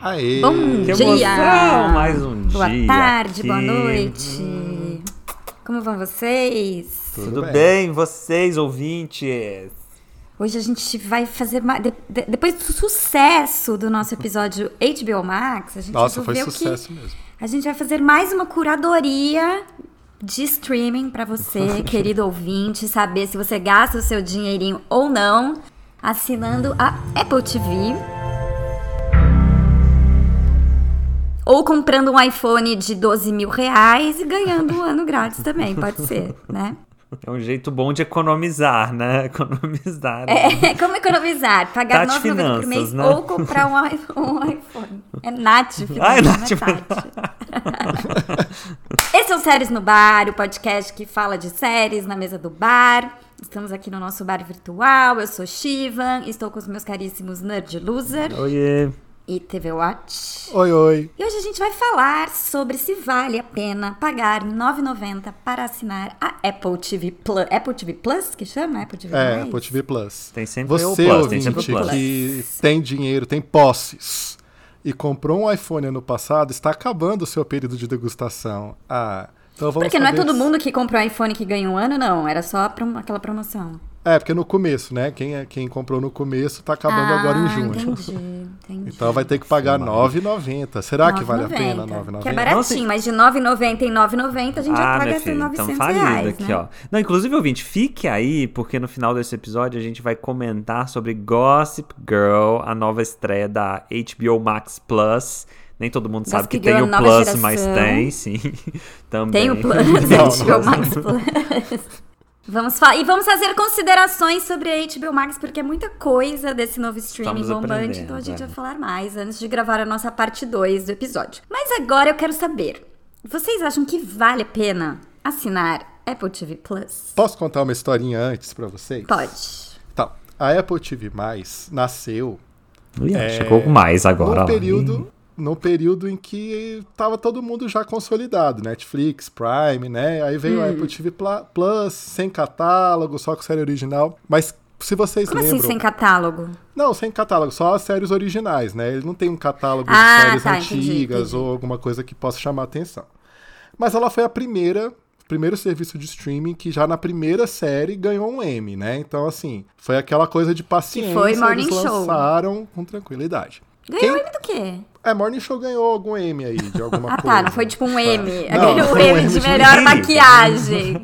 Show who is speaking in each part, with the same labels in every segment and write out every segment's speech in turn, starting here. Speaker 1: Aê.
Speaker 2: Bom
Speaker 3: Hum, Que
Speaker 2: dia!
Speaker 3: emoção! Mais um
Speaker 2: boa
Speaker 3: dia
Speaker 2: tarde, boa
Speaker 3: aqui.
Speaker 2: noite. Como vão vocês?
Speaker 3: Tudo, bem. vocês É ouvintes?
Speaker 2: Hoje a gente vai fazer mais. de- de- depois do sucesso do nosso episódio HBO Max, a gente
Speaker 1: Nossa, foi
Speaker 2: resolveu
Speaker 1: sucesso mesmo.
Speaker 2: que a gente vai fazer mais uma curadoria de streaming pra você, querido ouvinte, saber se você gasta o seu dinheirinho ou não assinando a Apple TV. Ou comprando um iPhone de 12 mil reais e ganhando um ano grátis também, pode ser, né?
Speaker 3: É um jeito bom de economizar, né? Economizar. né?
Speaker 2: É, como economizar? Pagar
Speaker 3: Tati
Speaker 2: 9,90 por mês
Speaker 3: Finanças, né?
Speaker 2: ou comprar um, i- um iPhone. É Nath Finanças,
Speaker 3: Ah, é
Speaker 2: não
Speaker 3: Nath
Speaker 2: é Tati. Esse é o Séries no Bar, o podcast que fala de séries na mesa do bar. Estamos aqui no nosso bar virtual. Eu sou Shivan, estou com os meus caríssimos Nerd Loser
Speaker 3: Oiê.
Speaker 2: e TV Watch.
Speaker 1: Oi, oi.
Speaker 2: E hoje a gente vai falar sobre se vale a pena pagar R$ 9,90 para assinar a Apple TV Plus. Apple TV Plus, que chama? Apple TV
Speaker 1: É,
Speaker 2: Mais?
Speaker 1: Apple TV Plus.
Speaker 3: Tem sempre o
Speaker 1: Você,
Speaker 3: Plus, tem
Speaker 1: ouvinte,
Speaker 3: sempre o Plus.
Speaker 1: que tem dinheiro, tem posses e comprou um iPhone ano passado, está acabando o seu período de degustação. Ah, então vamos
Speaker 2: Porque não é
Speaker 1: saber
Speaker 2: todo
Speaker 1: se-
Speaker 2: mundo que comprou iPhone que ganha um ano, não. Era só prom- aquela promoção.
Speaker 1: É, porque no começo, né? Quem, é- quem comprou no começo tá acabando
Speaker 2: ah,
Speaker 1: agora em junho.
Speaker 2: Entendi, entendi.
Speaker 1: Então vai ter que pagar R$ 9,90. Será que vale a
Speaker 2: 9,90,
Speaker 1: pena R$
Speaker 2: Que é
Speaker 1: 9,90?
Speaker 2: baratinho,
Speaker 3: Não, assim-
Speaker 2: mas de 9,90 em 9,90 a gente já
Speaker 3: Ah,
Speaker 2: tá
Speaker 3: minha
Speaker 2: gastando
Speaker 3: filha,
Speaker 2: 900
Speaker 3: então falido
Speaker 2: reais,
Speaker 3: aqui,
Speaker 2: né?
Speaker 3: ó. Não, inclusive, ouvinte, fique aí, porque no final desse episódio a gente vai comentar sobre Gossip Girl, a nova estreia da HBO Max Plus. Nem todo mundo sabe
Speaker 2: Gossip
Speaker 3: que
Speaker 2: Girl,
Speaker 3: tem o
Speaker 2: nova
Speaker 3: Plus,
Speaker 2: geração.
Speaker 3: mas tem, sim. Também.
Speaker 2: Tem o Plus,
Speaker 1: Não,
Speaker 2: a
Speaker 1: não.
Speaker 2: HBO Max Plus. Vamos falar. E vamos fazer considerações sobre a HBO Max, porque é muita coisa desse novo streaming
Speaker 3: Estamos
Speaker 2: bombante,
Speaker 3: aprendendo,
Speaker 2: então a gente
Speaker 3: é.
Speaker 2: vai falar mais antes de gravar a nossa parte 2 do episódio. Mas agora eu quero saber: vocês acham que vale a pena assinar Apple TV Plus?
Speaker 1: Posso contar uma historinha antes pra vocês?
Speaker 2: Pode.
Speaker 1: Então, a Apple TV+, nasceu
Speaker 3: Ih, Chegou mais agora.
Speaker 1: num
Speaker 3: lá. Hum.
Speaker 1: período, num período em que tava todo mundo já consolidado, Netflix, Prime, né? Aí veio
Speaker 2: Hum.
Speaker 1: a Apple TV Pla- Plus, sem catálogo, só com série original. Mas se vocês
Speaker 2: Como
Speaker 1: lembram...
Speaker 2: assim, sem catálogo?
Speaker 1: Não, sem catálogo, só as séries originais, né? Ele não tem um catálogo
Speaker 2: Ah,
Speaker 1: de séries
Speaker 2: tá,
Speaker 1: antigas
Speaker 2: entendi, entendi.
Speaker 1: ou alguma coisa que possa chamar atenção. Mas ela foi a primeira, primeiro serviço de streaming que já na primeira série ganhou um M, né? Então, assim, foi aquela coisa de paciência.
Speaker 2: foi Morning
Speaker 1: eles
Speaker 2: Show.
Speaker 1: lançaram com tranquilidade.
Speaker 2: Ganhou
Speaker 1: Quem-
Speaker 2: M do quê?
Speaker 1: É, Morning Show ganhou algum M aí, de alguma
Speaker 2: Ah,
Speaker 1: coisa.
Speaker 2: tá, não foi tipo um M.
Speaker 1: Não,
Speaker 2: Ganhou o
Speaker 1: foi um
Speaker 2: M
Speaker 1: M
Speaker 2: de
Speaker 1: de
Speaker 2: melhor
Speaker 3: M.
Speaker 2: maquiagem.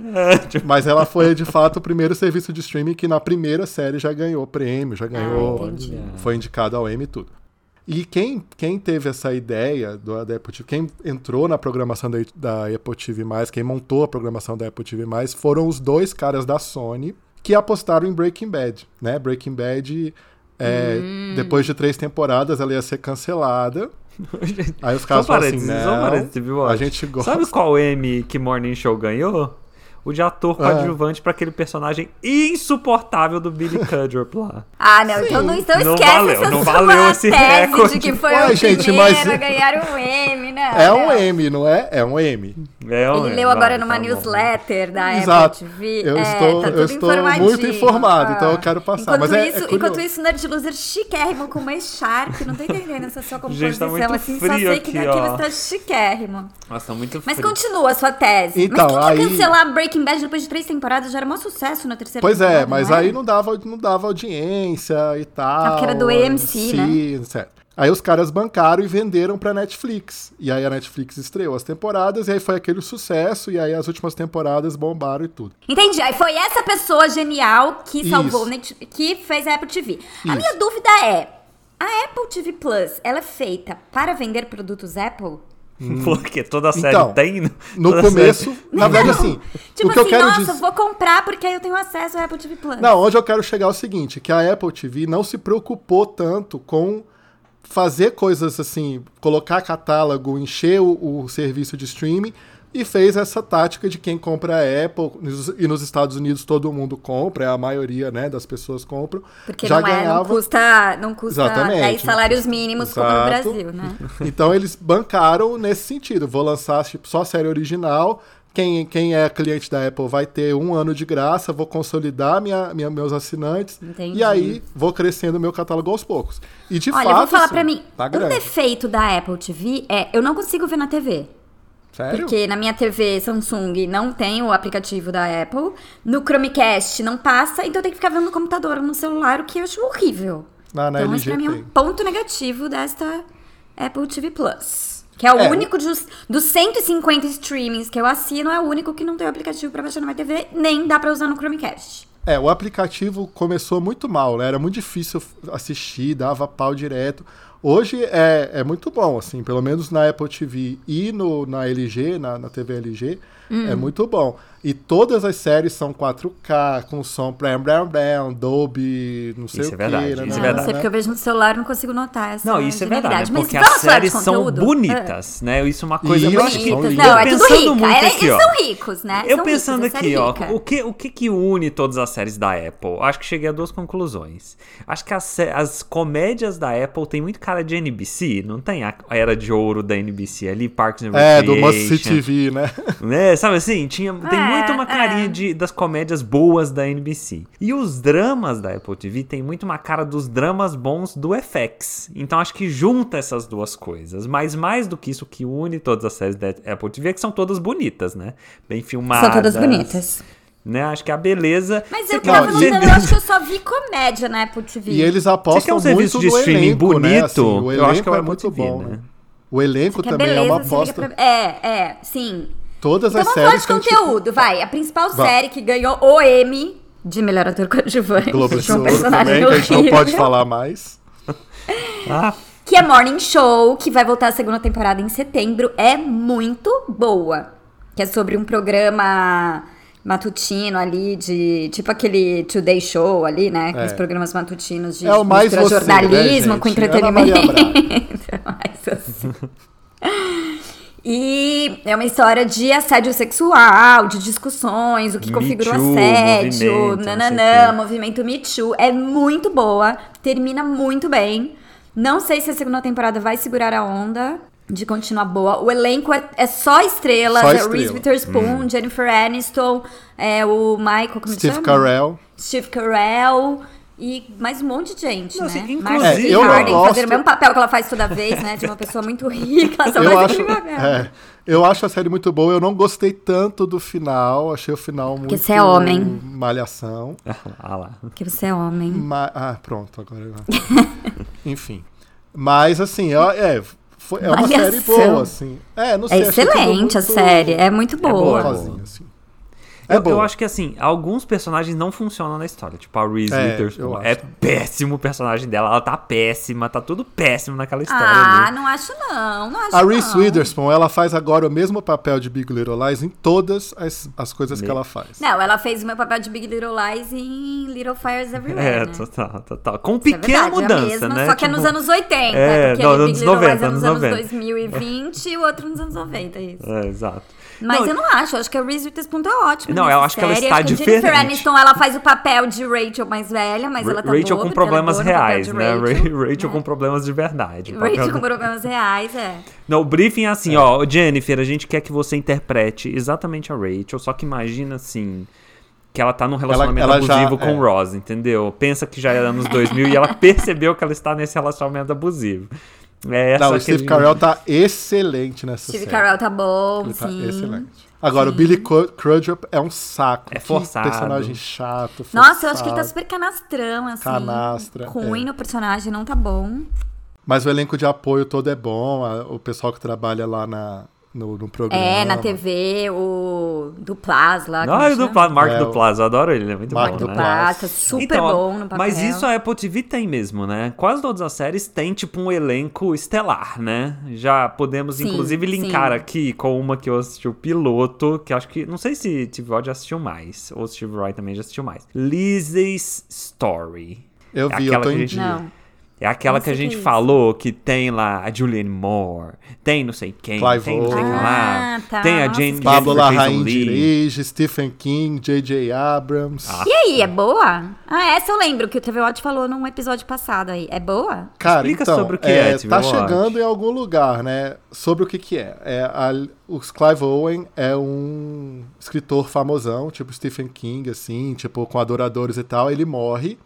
Speaker 1: Mas ela foi, de fato, o primeiro serviço de streaming que na primeira série já ganhou prêmio, já ganhou.
Speaker 2: Ah, entendi.
Speaker 1: foi indicado ao Emmy e tudo. E quem, quem teve essa ideia do, da Apple TV, quem entrou na programação da, da Apple TV, quem montou a programação da Apple TV, foram os dois caras da Sony que apostaram em Breaking Bad. Né? Breaking Bad, é,
Speaker 2: Hum.
Speaker 1: depois de três temporadas, ela ia ser cancelada. Aí os caras
Speaker 3: Só
Speaker 1: falaram assim:
Speaker 3: parênteses, só parênteses,
Speaker 1: não,
Speaker 3: viu?
Speaker 1: a gente gosta.
Speaker 3: Sabe qual M que Morning Show ganhou? O de
Speaker 1: É.
Speaker 3: ator coadjuvante pra aquele personagem insuportável do Billy Cudrup lá.
Speaker 2: Ah, não, então não, então
Speaker 3: Não
Speaker 2: esquece
Speaker 3: valeu,
Speaker 2: essa
Speaker 3: não
Speaker 2: sua
Speaker 3: valeu esse
Speaker 2: tese de
Speaker 3: recorde.
Speaker 2: que foi
Speaker 1: Ué,
Speaker 2: o
Speaker 1: gente,
Speaker 2: primeiro
Speaker 1: mas-
Speaker 2: a ganhar um M, né?
Speaker 1: É um
Speaker 2: Não.
Speaker 1: M, não é? É um M.
Speaker 3: É,
Speaker 2: Ele
Speaker 3: ué,
Speaker 2: leu
Speaker 3: vai,
Speaker 2: agora
Speaker 3: tá
Speaker 2: numa
Speaker 3: bom.
Speaker 2: newsletter da
Speaker 1: Exato.
Speaker 2: Apple TV.
Speaker 1: Eu
Speaker 2: É,
Speaker 1: estou-
Speaker 2: tá
Speaker 1: eu
Speaker 2: tudo
Speaker 1: estou
Speaker 2: informadinho.
Speaker 1: muito informado, então eu quero passar,
Speaker 2: Enquanto
Speaker 1: mas é- é
Speaker 2: isso,
Speaker 1: curioso.
Speaker 2: enquanto isso, Nerd Loser chiquérrimo com mais sharp. Não tô entendendo essa sua composição.
Speaker 3: Gente, tá muito
Speaker 2: assim, só
Speaker 3: frio
Speaker 2: sei que
Speaker 3: aqui,
Speaker 2: daqui
Speaker 3: ó.
Speaker 2: você tá chiquérrimo.
Speaker 3: Nossa, tá muito
Speaker 2: Mas
Speaker 3: frio.
Speaker 2: continua a sua tese.
Speaker 1: Então,
Speaker 2: mas quem quer
Speaker 1: aí-
Speaker 2: cancelar Breaking Bad depois de três temporadas? Já era maior sucesso na terceira
Speaker 1: Pois
Speaker 2: temporada,
Speaker 1: é, mas
Speaker 2: não
Speaker 1: aí não dava, não dava audiência e tal.
Speaker 2: Ah, porque era do AMC, né?
Speaker 1: etc. Aí os caras bancaram e venderam pra Netflix. E aí a Netflix estreou as temporadas, e aí foi aquele sucesso, e aí as últimas temporadas bombaram e tudo.
Speaker 2: Entendi. Aí foi essa pessoa genial que
Speaker 1: Isso.
Speaker 2: salvou, o Net- que fez a Apple TV. A
Speaker 1: Isso.
Speaker 2: minha dúvida é: a Apple TV Plus, ela é feita para vender produtos Apple?
Speaker 3: Porque toda série
Speaker 1: Então,
Speaker 3: tem.
Speaker 1: No
Speaker 3: toda
Speaker 1: começo,
Speaker 3: série-
Speaker 1: na verdade, assim.
Speaker 2: Tipo
Speaker 1: o que eu
Speaker 2: assim,
Speaker 1: quero
Speaker 2: nossa,
Speaker 1: dizer.
Speaker 2: vou comprar porque aí eu tenho acesso à Apple TV Plus.
Speaker 1: Não, onde eu quero chegar é o seguinte: que a Apple TV não se preocupou tanto com fazer coisas assim, colocar catálogo, encher o, o serviço de streaming, e fez essa tática de quem compra a Apple, nos- e nos Estados Unidos todo mundo compra, a maioria né, das pessoas compram.
Speaker 2: Porque
Speaker 1: já
Speaker 2: não, é, não
Speaker 1: ganhava.
Speaker 2: custa, não custa
Speaker 1: Exatamente.
Speaker 2: 10 salários mínimos como no
Speaker 1: Exato.
Speaker 2: Brasil, né?
Speaker 1: Então eles bancaram nesse sentido. Vou lançar tipo, só a série original, Quem, quem é cliente da Apple vai ter um ano de graça, vou consolidar minha, minha, meus assinantes
Speaker 2: Entendi.
Speaker 1: e aí vou crescendo meu catálogo aos poucos. E de
Speaker 2: Olha,
Speaker 1: fato,
Speaker 2: eu vou falar
Speaker 1: assim,
Speaker 2: pra mim,
Speaker 1: tá
Speaker 2: um
Speaker 1: grande.
Speaker 2: defeito da Apple TV é eu não consigo ver na TV.
Speaker 1: Sério?
Speaker 2: Porque na minha TV Samsung não tem o aplicativo da Apple, no Chromecast não passa, então eu tenho que ficar vendo no computador ou no celular, o que eu acho horrível.
Speaker 1: Ah, na
Speaker 2: então
Speaker 1: LG
Speaker 2: isso pra mim é um
Speaker 1: tem.
Speaker 2: ponto negativo desta Apple TV Plus. Que é o
Speaker 1: É.
Speaker 2: único dos, dos 150 streamings que eu assino, é o único que não tem o aplicativo pra baixar na minha TV, nem dá pra usar no Chromecast.
Speaker 1: É, o aplicativo começou muito mal, né? Era muito difícil assistir, dava pau direto. Hoje é, é muito bom, assim, pelo menos na Apple TV e no, na LG, na, na TV LG,
Speaker 2: Hum.
Speaker 1: é muito bom. E todas as séries são 4K, com som Brown Brown Brown, Dolby, não sei
Speaker 3: Isso
Speaker 1: o
Speaker 3: é verdade,
Speaker 1: quê. né,
Speaker 3: isso é
Speaker 1: né,
Speaker 2: Ah,
Speaker 3: verdade.
Speaker 2: Não sei,
Speaker 1: né.
Speaker 2: porque eu vejo no celular e não consigo notar essa
Speaker 3: Não, isso é verdade,
Speaker 2: genialidade.
Speaker 3: né?
Speaker 2: Mas
Speaker 3: porque as
Speaker 2: vamos falar de
Speaker 3: séries são
Speaker 2: conteúdo? É.
Speaker 3: bonitas, né? Isso é uma coisa
Speaker 1: Isso,
Speaker 3: eu acho que
Speaker 1: são
Speaker 2: Bonitas.
Speaker 1: lindas.
Speaker 2: Não, é tudo
Speaker 3: pensando
Speaker 2: rica.
Speaker 3: muito
Speaker 2: é,
Speaker 3: aqui,
Speaker 2: eles
Speaker 3: ó.
Speaker 2: são ricos, né?
Speaker 3: Eu
Speaker 2: são
Speaker 3: pensando
Speaker 2: ricos, é série
Speaker 3: aqui, ó,
Speaker 2: rica.
Speaker 3: o que, o que que une todas as séries da Apple? Acho que cheguei a duas conclusões. Acho que as, sé- as comédias da Apple tem muito cara de NBC, não tem a a era de ouro da NBC ali, Parks and
Speaker 1: É,
Speaker 3: Recreation.
Speaker 1: do Must TV, né?
Speaker 3: né? Sabe assim, tinha, tem
Speaker 2: É,
Speaker 3: muito uma
Speaker 2: é.
Speaker 3: carinha de, das comédias boas da NBC. E os dramas da Apple TV tem muito uma cara dos dramas bons do FX. Então acho que junta essas duas coisas. Mas mais do que isso, o que une todas as séries da Apple TV é que são todas bonitas, né? Bem filmadas.
Speaker 2: São todas bonitas.
Speaker 3: Né? Acho que a beleza...
Speaker 2: Mas
Speaker 3: Você
Speaker 2: eu
Speaker 3: quer-
Speaker 2: tava
Speaker 1: Não, e-
Speaker 2: notando, eu acho que eu só vi comédia na Apple TV.
Speaker 1: E eles
Speaker 3: Você quer
Speaker 1: apostam
Speaker 3: um serviço
Speaker 1: muito
Speaker 3: de
Speaker 1: no
Speaker 3: streaming
Speaker 1: elenco, né?
Speaker 3: bonito?
Speaker 1: Assim, o
Speaker 3: Eu
Speaker 1: elenco
Speaker 3: acho que é o
Speaker 1: é
Speaker 3: Apple
Speaker 1: muito
Speaker 3: TV,
Speaker 1: bom,
Speaker 3: né?
Speaker 1: né? O elenco
Speaker 2: que é
Speaker 1: também
Speaker 2: beleza,
Speaker 1: é uma
Speaker 2: você liga
Speaker 1: aposta.
Speaker 2: pra- É, é, sim.
Speaker 1: Todas
Speaker 2: Então
Speaker 1: as
Speaker 2: vamos falar
Speaker 1: séries
Speaker 2: de
Speaker 1: que a gente-
Speaker 2: conteúdo, vai. A principal
Speaker 1: Vamos.
Speaker 2: série que ganhou o M de melhor ator coadjuvante.
Speaker 1: Globo
Speaker 2: de um
Speaker 1: de Ouro também, que a gente não
Speaker 2: é horrível,
Speaker 1: pode falar mais.
Speaker 3: Ah,
Speaker 2: Que é Morning Show, que vai voltar a segunda temporada em setembro. É muito boa. Que é sobre um programa matutino ali de... Tipo aquele Today Show ali, né? Com
Speaker 1: É.
Speaker 2: os programas matutinos de
Speaker 1: É o mais
Speaker 2: mistura
Speaker 1: você, né,
Speaker 2: jornalismo
Speaker 1: gente? É
Speaker 2: com
Speaker 1: Ana Maria
Speaker 2: entretenimento. mais assim. E é uma história de assédio sexual, de discussões, o que
Speaker 3: Me
Speaker 2: configura
Speaker 3: Too,
Speaker 2: o assédio,
Speaker 3: movimento, não sei o
Speaker 2: nananã,
Speaker 3: quê.
Speaker 2: movimento Me Too. É muito boa, termina muito bem. Não sei se a segunda temporada vai segurar a onda de continuar boa. O elenco é, é só estrelas,
Speaker 1: Só
Speaker 2: é
Speaker 1: estrela. Hum.
Speaker 2: Reese Witherspoon, Jennifer Aniston, é o Michael, como
Speaker 1: Steve
Speaker 2: chama?
Speaker 1: Carell.
Speaker 2: Steve Carell e mais um monte de gente,
Speaker 3: Não,
Speaker 2: né?
Speaker 3: assim,
Speaker 2: Marcia
Speaker 1: inclusive- É, eu não
Speaker 2: Harden
Speaker 1: gosto-
Speaker 2: fazendo o mesmo papel que ela faz toda vez, né? De uma pessoa muito rica, ela só
Speaker 1: Eu
Speaker 2: faz
Speaker 1: acho,
Speaker 2: aquele papel.
Speaker 1: é, eu acho a série muito boa. Eu não gostei tanto do final. Achei o final muito.
Speaker 2: você é homem.
Speaker 1: Malhação.
Speaker 3: ah lá.
Speaker 2: Porque você é homem.
Speaker 1: Ma- ah, pronto, agora. eu- Enfim. Mas, assim, eu- é, foi- é uma série
Speaker 2: Malhação.
Speaker 1: boa, assim. É, não
Speaker 2: É
Speaker 1: sei, achei tudo
Speaker 2: excelente
Speaker 1: muito
Speaker 2: a série, é muito boa.
Speaker 3: boa.
Speaker 1: sozinho, assim. É
Speaker 3: Eu,
Speaker 1: boa.
Speaker 3: eu acho que assim, alguns personagens não funcionam na história. Tipo, a Reese
Speaker 1: É, eu
Speaker 3: Witherspoon
Speaker 1: acho
Speaker 3: é
Speaker 1: também.
Speaker 3: péssimo o personagem dela. Ela tá péssima, tá tudo péssimo naquela história
Speaker 2: ah,
Speaker 3: ali.
Speaker 2: não acho não, não acho
Speaker 1: A Reese
Speaker 2: não.
Speaker 1: Witherspoon, ela faz agora o mesmo papel de Big Little Lies em todas as, as coisas que
Speaker 3: Me-
Speaker 1: ela faz.
Speaker 2: Não, ela fez o meu papel de Big Little Lies em Little Fires Everywhere, né?
Speaker 3: É, total, total. Com
Speaker 2: Isso é
Speaker 3: pequena
Speaker 2: verdade, é a
Speaker 3: mudança,
Speaker 2: mesma,
Speaker 3: né?
Speaker 2: Só que é nos
Speaker 3: Tipo,
Speaker 2: anos 80,
Speaker 3: é,
Speaker 2: porque
Speaker 3: não,
Speaker 2: aí Big
Speaker 3: anos
Speaker 2: Little
Speaker 3: 90,
Speaker 2: Lies é nos
Speaker 3: anos
Speaker 2: anos
Speaker 3: 90.
Speaker 2: 2020 e o outro nos anos 90, isso.
Speaker 3: É, exato.
Speaker 2: Mas
Speaker 3: Não,
Speaker 2: eu não acho, eu acho que a Reese Witherspoon tá ótima.
Speaker 3: Não,
Speaker 2: nessa
Speaker 3: eu acho que ela
Speaker 2: série.
Speaker 3: está
Speaker 2: acho A Jennifer
Speaker 3: diferente.
Speaker 2: Aniston, ela faz o papel de Rachel mais velha, mas
Speaker 3: Ra-
Speaker 2: ela tá
Speaker 3: Rachel
Speaker 2: boa,
Speaker 3: com
Speaker 2: ela
Speaker 3: problemas
Speaker 2: é boa no papel
Speaker 3: reais,
Speaker 2: de
Speaker 3: né?
Speaker 2: Rachel,
Speaker 3: Ra-
Speaker 2: né?
Speaker 3: Rachel com problemas de verdade. O papel
Speaker 2: Rachel com
Speaker 3: dela-
Speaker 2: problemas reais, é.
Speaker 3: Não, o briefing é assim, ó, Jennifer, a gente quer que você interprete exatamente a Rachel, só que imagina assim, que ela tá num relacionamento
Speaker 1: ela já-
Speaker 3: abusivo com
Speaker 1: é.
Speaker 3: o Ross, entendeu? Pensa que já era anos 2000 e ela percebeu que ela está nesse relacionamento abusivo. É essa
Speaker 1: Não, o
Speaker 3: que
Speaker 1: Steve
Speaker 3: a gente-
Speaker 1: Carell tá excelente nessa
Speaker 2: Steve
Speaker 3: é.
Speaker 1: série.
Speaker 2: Carell tá bom,
Speaker 1: Ele tá
Speaker 2: sim.
Speaker 1: excelente. Agora, o Billy Cru- Crudup é um saco.
Speaker 3: É
Speaker 1: Que
Speaker 3: forçado.
Speaker 1: personagem chato, forçado.
Speaker 2: Nossa, eu acho que ele tá super canastrão, assim.
Speaker 1: Canastra,
Speaker 2: Ruim
Speaker 1: é.
Speaker 2: no personagem, não tá bom.
Speaker 1: Mas o elenco de apoio todo é bom. a- o pessoal que trabalha lá na, no, no programa.
Speaker 2: É, na TV, o Duplas lá. como
Speaker 3: Ah, o
Speaker 2: chama?
Speaker 3: Dupla, Mark
Speaker 1: É, o-
Speaker 3: Duplass, eu adoro ele, ele é muito
Speaker 1: Mark
Speaker 3: bom, né?
Speaker 1: Duplass.
Speaker 2: Duplas, tá super
Speaker 3: Então,
Speaker 2: bom no papel.
Speaker 3: Mas isso a Apple TV tem mesmo, né? Quase todas as séries têm, tipo, um elenco estelar, né? Já podemos,
Speaker 2: Sim,
Speaker 3: inclusive, linkar
Speaker 2: sim.
Speaker 3: aqui com uma que eu assisti o piloto, que acho que... Não sei se Steve Roy já assistiu mais, ou Steve Roy também já assistiu mais. Lizzie's Story. É
Speaker 1: Eu vi,
Speaker 3: Aquela
Speaker 1: eu tô
Speaker 3: que a
Speaker 1: em
Speaker 3: gente-
Speaker 1: dia.
Speaker 2: Não.
Speaker 3: É aquela
Speaker 2: Não
Speaker 3: que
Speaker 2: sei
Speaker 3: a
Speaker 2: o que
Speaker 3: gente
Speaker 2: é isso.
Speaker 3: falou que tem lá a Julianne Moore, tem não sei quem,
Speaker 1: Clive
Speaker 3: tem não sei quem
Speaker 1: Owen.
Speaker 3: lá,
Speaker 2: Ah, tá.
Speaker 3: tem a
Speaker 2: Nossa,
Speaker 3: Jane
Speaker 2: esqueci.
Speaker 1: Pablo
Speaker 3: Jennifer Jason
Speaker 1: Larraín
Speaker 3: Leigh.
Speaker 1: dirige, Stephen King, J.J. Abrams.
Speaker 3: Ah,
Speaker 2: E aí, é boa? Ah, essa eu lembro que o TV Watch falou num episódio passado aí. É boa?
Speaker 1: Cara,
Speaker 3: Explica
Speaker 1: então,
Speaker 3: sobre o que
Speaker 1: é,
Speaker 3: é, TV
Speaker 1: tá
Speaker 3: Watch.
Speaker 1: chegando em algum lugar, né? Sobre o que que é. é a, os Clive Owen é um escritor famosão, tipo Stephen King, assim, tipo, com adoradores e tal. Ele morre,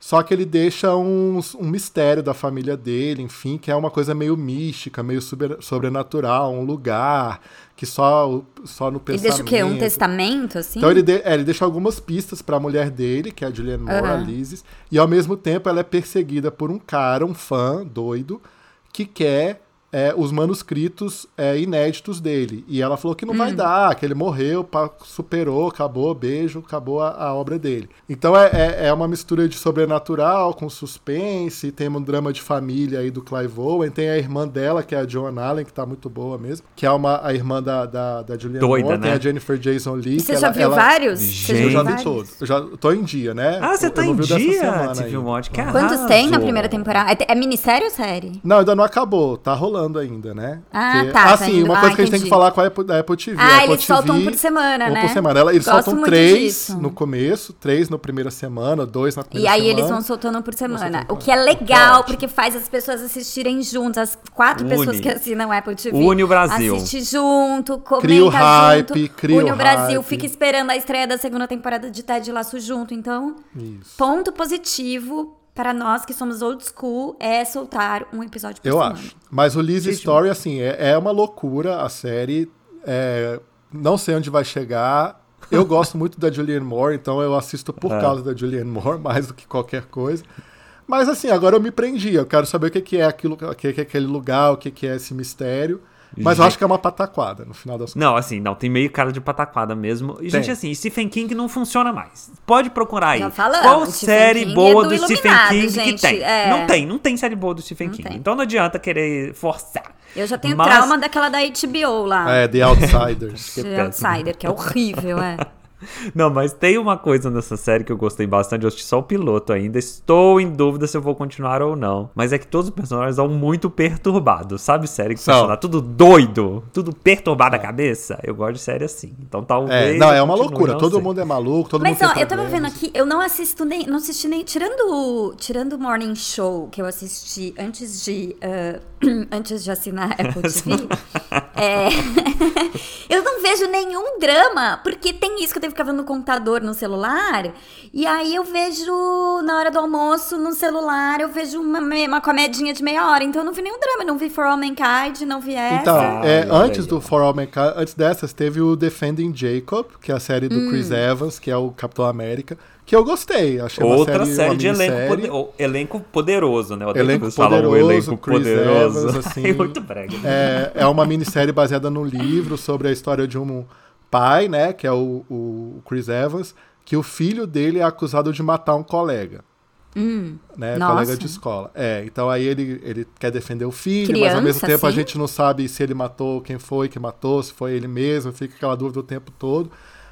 Speaker 1: só que ele deixa uns- um mistério da família dele, enfim, que é uma coisa meio mística, meio sobre- sobrenatural, um lugar que só, só no
Speaker 2: Ele
Speaker 1: pensamento...
Speaker 2: deixa o quê? Um testamento, assim?
Speaker 1: Então ele, de- é, ele deixa algumas pistas pra mulher dele, que é a Julianne Moore, a
Speaker 2: Aham.
Speaker 1: Lizzie, e ao mesmo tempo ela é perseguida por um cara, um fã doido, que quer é, os manuscritos é, inéditos dele. E ela falou que não vai dar, que ele morreu, pa- superou, acabou, beijo, acabou a, a obra dele. Então é, é- é uma mistura de sobrenatural com suspense, tem um drama de família aí do Clive Owen, tem a irmã dela, que é a Joan Allen, que tá muito boa mesmo, que é uma, a irmã da, da, da Julianne
Speaker 3: Doida,
Speaker 1: Moore, tem
Speaker 3: né?
Speaker 1: a Jennifer Jason Lee,
Speaker 2: E
Speaker 1: que
Speaker 2: você já
Speaker 1: ela-
Speaker 2: viu
Speaker 1: ela-
Speaker 2: vários? Você
Speaker 3: Gente.
Speaker 1: Eu já
Speaker 2: viu
Speaker 1: vi
Speaker 2: vários?
Speaker 1: todos. Eu já tô em dia, né?
Speaker 3: Ah, você
Speaker 1: Eu
Speaker 3: tá
Speaker 1: não
Speaker 3: em
Speaker 1: vi o dessa
Speaker 3: dia,
Speaker 1: semana
Speaker 3: TV
Speaker 1: ainda.
Speaker 3: Watch, que
Speaker 2: Quantos tem na
Speaker 3: arraso.
Speaker 2: primeira temporada? É, é minissérie ou série?
Speaker 1: Não, ainda não acabou. Tá rolando ainda, né?
Speaker 2: Ah, tá, tá
Speaker 1: Assim,
Speaker 2: indo.
Speaker 1: uma
Speaker 2: Ah,
Speaker 1: coisa que a gente tem
Speaker 2: entendi.
Speaker 1: que falar com a Apple, da Apple TV.
Speaker 2: Ah,
Speaker 1: A Apple
Speaker 2: eles soltam um por semana,
Speaker 1: um
Speaker 2: né?
Speaker 1: por semana. Ela- Eles
Speaker 2: Gosto
Speaker 1: soltam
Speaker 2: muito
Speaker 1: três
Speaker 2: disso.
Speaker 1: no começo, três na primeira semana, dois na
Speaker 2: E
Speaker 1: primeira
Speaker 2: aí
Speaker 1: semana.
Speaker 2: eles vão soltando um por semana.
Speaker 1: soltando
Speaker 2: O que é legal, porque faz as pessoas assistirem juntas. As quatro
Speaker 3: Une.
Speaker 2: pessoas que assinam Apple TV.
Speaker 3: Une o Brasil.
Speaker 2: Assiste junto, comenta
Speaker 1: Cria o
Speaker 2: junto.
Speaker 1: hype, cria
Speaker 2: une
Speaker 1: o
Speaker 2: o Brasil.
Speaker 1: hype.
Speaker 2: Fica esperando a estreia da segunda temporada de Ted Laço junto. Então,
Speaker 1: Isso.
Speaker 2: ponto positivo para nós que somos old school é soltar um episódio por
Speaker 1: Eu
Speaker 2: semana.
Speaker 1: acho. Mas o Liz Story, assim, é, é uma loucura a série. É, não sei onde vai chegar. Eu gosto muito da Julianne Moore, então eu assisto por
Speaker 3: É.
Speaker 1: causa da Julianne Moore, mais do que qualquer coisa. Mas assim, agora eu me prendi. Eu quero saber o que que é, aquilo, o que que é aquele lugar, o que que é esse mistério. Mas eu
Speaker 3: Gente.
Speaker 1: acho que é uma pataquada, no final das contas.
Speaker 3: Não, assim, não, tem meio cara de pataquada mesmo.
Speaker 1: Tem.
Speaker 3: E, gente, assim, Stephen King não funciona mais. Pode procurar aí.
Speaker 2: Já falamos,
Speaker 3: Qual
Speaker 2: Stephen
Speaker 3: série
Speaker 2: King
Speaker 3: boa
Speaker 2: é do
Speaker 3: do, Stephen
Speaker 2: Iluminado,
Speaker 3: King que
Speaker 2: gente,
Speaker 3: tem?
Speaker 2: é.
Speaker 3: Não tem, não tem série boa do Stephen
Speaker 2: Não
Speaker 3: King.
Speaker 2: tem.
Speaker 3: Então não adianta querer forçar.
Speaker 2: Eu já tenho
Speaker 3: Mas-
Speaker 2: trauma daquela da HBO lá.
Speaker 1: É, The Outsiders.
Speaker 2: de
Speaker 3: péssimo.
Speaker 2: Outsider, que é horrível, é.
Speaker 3: Não, mas tem uma coisa nessa série que eu gostei bastante. Eu assisti só o piloto ainda. Estou em dúvida se eu vou continuar ou não. Mas é que todos os personagens são muito perturbados. Sabe série que
Speaker 1: São.
Speaker 3: funciona tudo doido? Tudo perturbado a cabeça? Eu gosto de série assim. Então talvez.
Speaker 1: É, não, é
Speaker 3: eu
Speaker 1: uma
Speaker 3: continue,
Speaker 1: loucura.
Speaker 3: não
Speaker 1: Todo
Speaker 3: sei.
Speaker 1: mundo é maluco, todo
Speaker 2: Mas
Speaker 1: mundo
Speaker 2: ó,
Speaker 1: tem
Speaker 2: eu tava vendo
Speaker 1: problemas.
Speaker 2: aqui, eu não assisto nem, não assisti nem, tirando o tirando o Morning Show que eu assisti antes de ah, antes de assinar a Apple TV, é, eu não vejo nenhum drama, porque tem isso que eu tenho que ficar vendo no computador, no celular, e aí eu vejo na hora do almoço, no celular, eu vejo uma, me- uma comedinha de meia hora, então eu não vi nenhum drama, não vi For All Mankind, não vi essa.
Speaker 1: Então, é,
Speaker 3: Olha
Speaker 1: antes
Speaker 3: aí, ó.
Speaker 1: do For All Mankind, antes dessas, teve o Defending Jacob, que é a série
Speaker 2: Hum.
Speaker 1: do Chris Evans, que é o Capitão América, que eu gostei. Achei
Speaker 3: Outra
Speaker 1: uma
Speaker 3: série,
Speaker 1: série, uma
Speaker 3: de elenco,
Speaker 1: minissérie.
Speaker 3: pode- o- elenco poderoso, né? Eu odeio
Speaker 1: Elenco
Speaker 3: quando eles falam o
Speaker 1: poderoso,
Speaker 3: elenco
Speaker 1: Chris
Speaker 3: poderoso.
Speaker 1: Evans, assim.
Speaker 3: É muito brega.
Speaker 1: É, é uma minissérie baseada num livro sobre a história de um pai, né, que é o, o Chris Evans, que o filho dele é acusado de matar um colega. Né,
Speaker 2: Hum. nossa.
Speaker 1: colega de escola. É, então aí ele, ele quer defender o filho, mas ao
Speaker 2: Criança,
Speaker 1: mesmo tempo a
Speaker 2: sim.
Speaker 1: gente não sabe se ele matou, quem foi que matou, se foi ele mesmo, fica aquela dúvida o tempo todo.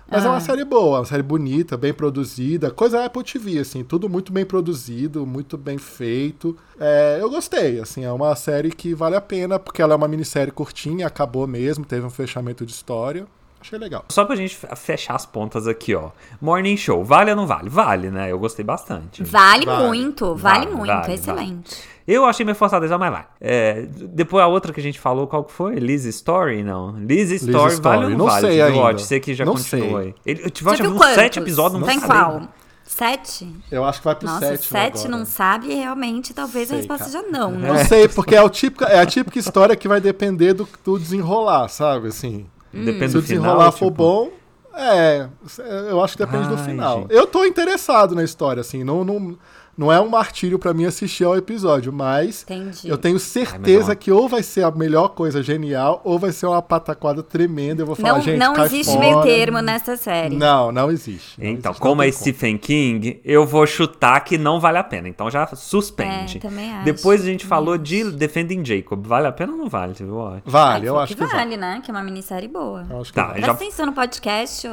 Speaker 1: Mas é uma série boa, uma série bonita, bem produzida, coisa Apple TV, assim, tudo muito bem produzido, muito bem feito. É, eu gostei, assim, é uma série que vale a pena, porque ela é uma minissérie curtinha, acabou mesmo, teve um fechamento de história. Achei legal.
Speaker 3: Só pra gente fe- fechar as pontas aqui, ó. Morning Show, vale ou não vale? Vale, né? Eu gostei bastante.
Speaker 2: Vale,
Speaker 1: Vale.
Speaker 2: muito, vale,
Speaker 3: Vale,
Speaker 2: muito,
Speaker 3: vale,
Speaker 2: é excelente.
Speaker 3: Eu achei meio forçada, mas vai. É, depois a outra que a gente falou, qual que foi? Liz Story, não? Liz Story,
Speaker 1: Story,
Speaker 3: vale ou não,
Speaker 1: não
Speaker 3: vale?
Speaker 1: sei
Speaker 3: TV
Speaker 1: ainda.
Speaker 3: Watch, você que já
Speaker 1: Não
Speaker 3: continua
Speaker 1: sei.
Speaker 3: aí. Ele, tipo, eu tive, acho,
Speaker 2: viu
Speaker 3: uns
Speaker 2: quantos?
Speaker 3: sete episódios, não
Speaker 2: Tá em
Speaker 3: falei.
Speaker 2: qual? Sete?
Speaker 1: Eu acho que vai pro
Speaker 2: Nossa,
Speaker 1: sétimo
Speaker 2: sete,
Speaker 1: agora.
Speaker 2: não sabe, realmente, talvez a
Speaker 1: Sei,
Speaker 2: resposta
Speaker 1: cara.
Speaker 2: seja não, né?
Speaker 1: Não sei, porque é, o típico, é a típica história que vai depender do, do desenrolar, sabe? Assim,
Speaker 2: Hum.
Speaker 3: Depende
Speaker 1: se o
Speaker 3: do final.
Speaker 1: desenrolar for
Speaker 3: tipo,
Speaker 1: bom, é. Eu acho que depende do
Speaker 3: Ai,
Speaker 1: final.
Speaker 3: gente.
Speaker 1: Eu tô interessado na história, assim. Não, não, não é um martírio pra mim assistir ao episódio, mas.
Speaker 2: Entendi.
Speaker 1: Eu tenho certeza que ou vai ser a melhor coisa genial, ou vai ser uma pataquada tremenda. Eu vou falar,
Speaker 2: não
Speaker 1: gente,
Speaker 2: não
Speaker 1: cai
Speaker 2: existe
Speaker 1: fora.
Speaker 2: meio termo nessa série.
Speaker 1: Não, não existe. Não
Speaker 3: Então,
Speaker 1: existe, não
Speaker 3: como
Speaker 1: tem
Speaker 3: é Stephen King, eu vou chutar que não vale a pena. Então já suspende.
Speaker 2: É, também acho,
Speaker 3: Depois a gente
Speaker 2: também
Speaker 3: falou
Speaker 2: acho.
Speaker 3: de Defending Jacob. Vale a pena ou não vale, Tipo, TV Watch?
Speaker 1: Vale,
Speaker 2: Ah,
Speaker 1: eu
Speaker 2: foi
Speaker 1: acho que,
Speaker 2: vale, né? Que é uma minissérie boa.
Speaker 1: Eu acho que
Speaker 3: Tá,
Speaker 1: vale.
Speaker 3: já-
Speaker 2: Presta atenção no podcast. ô.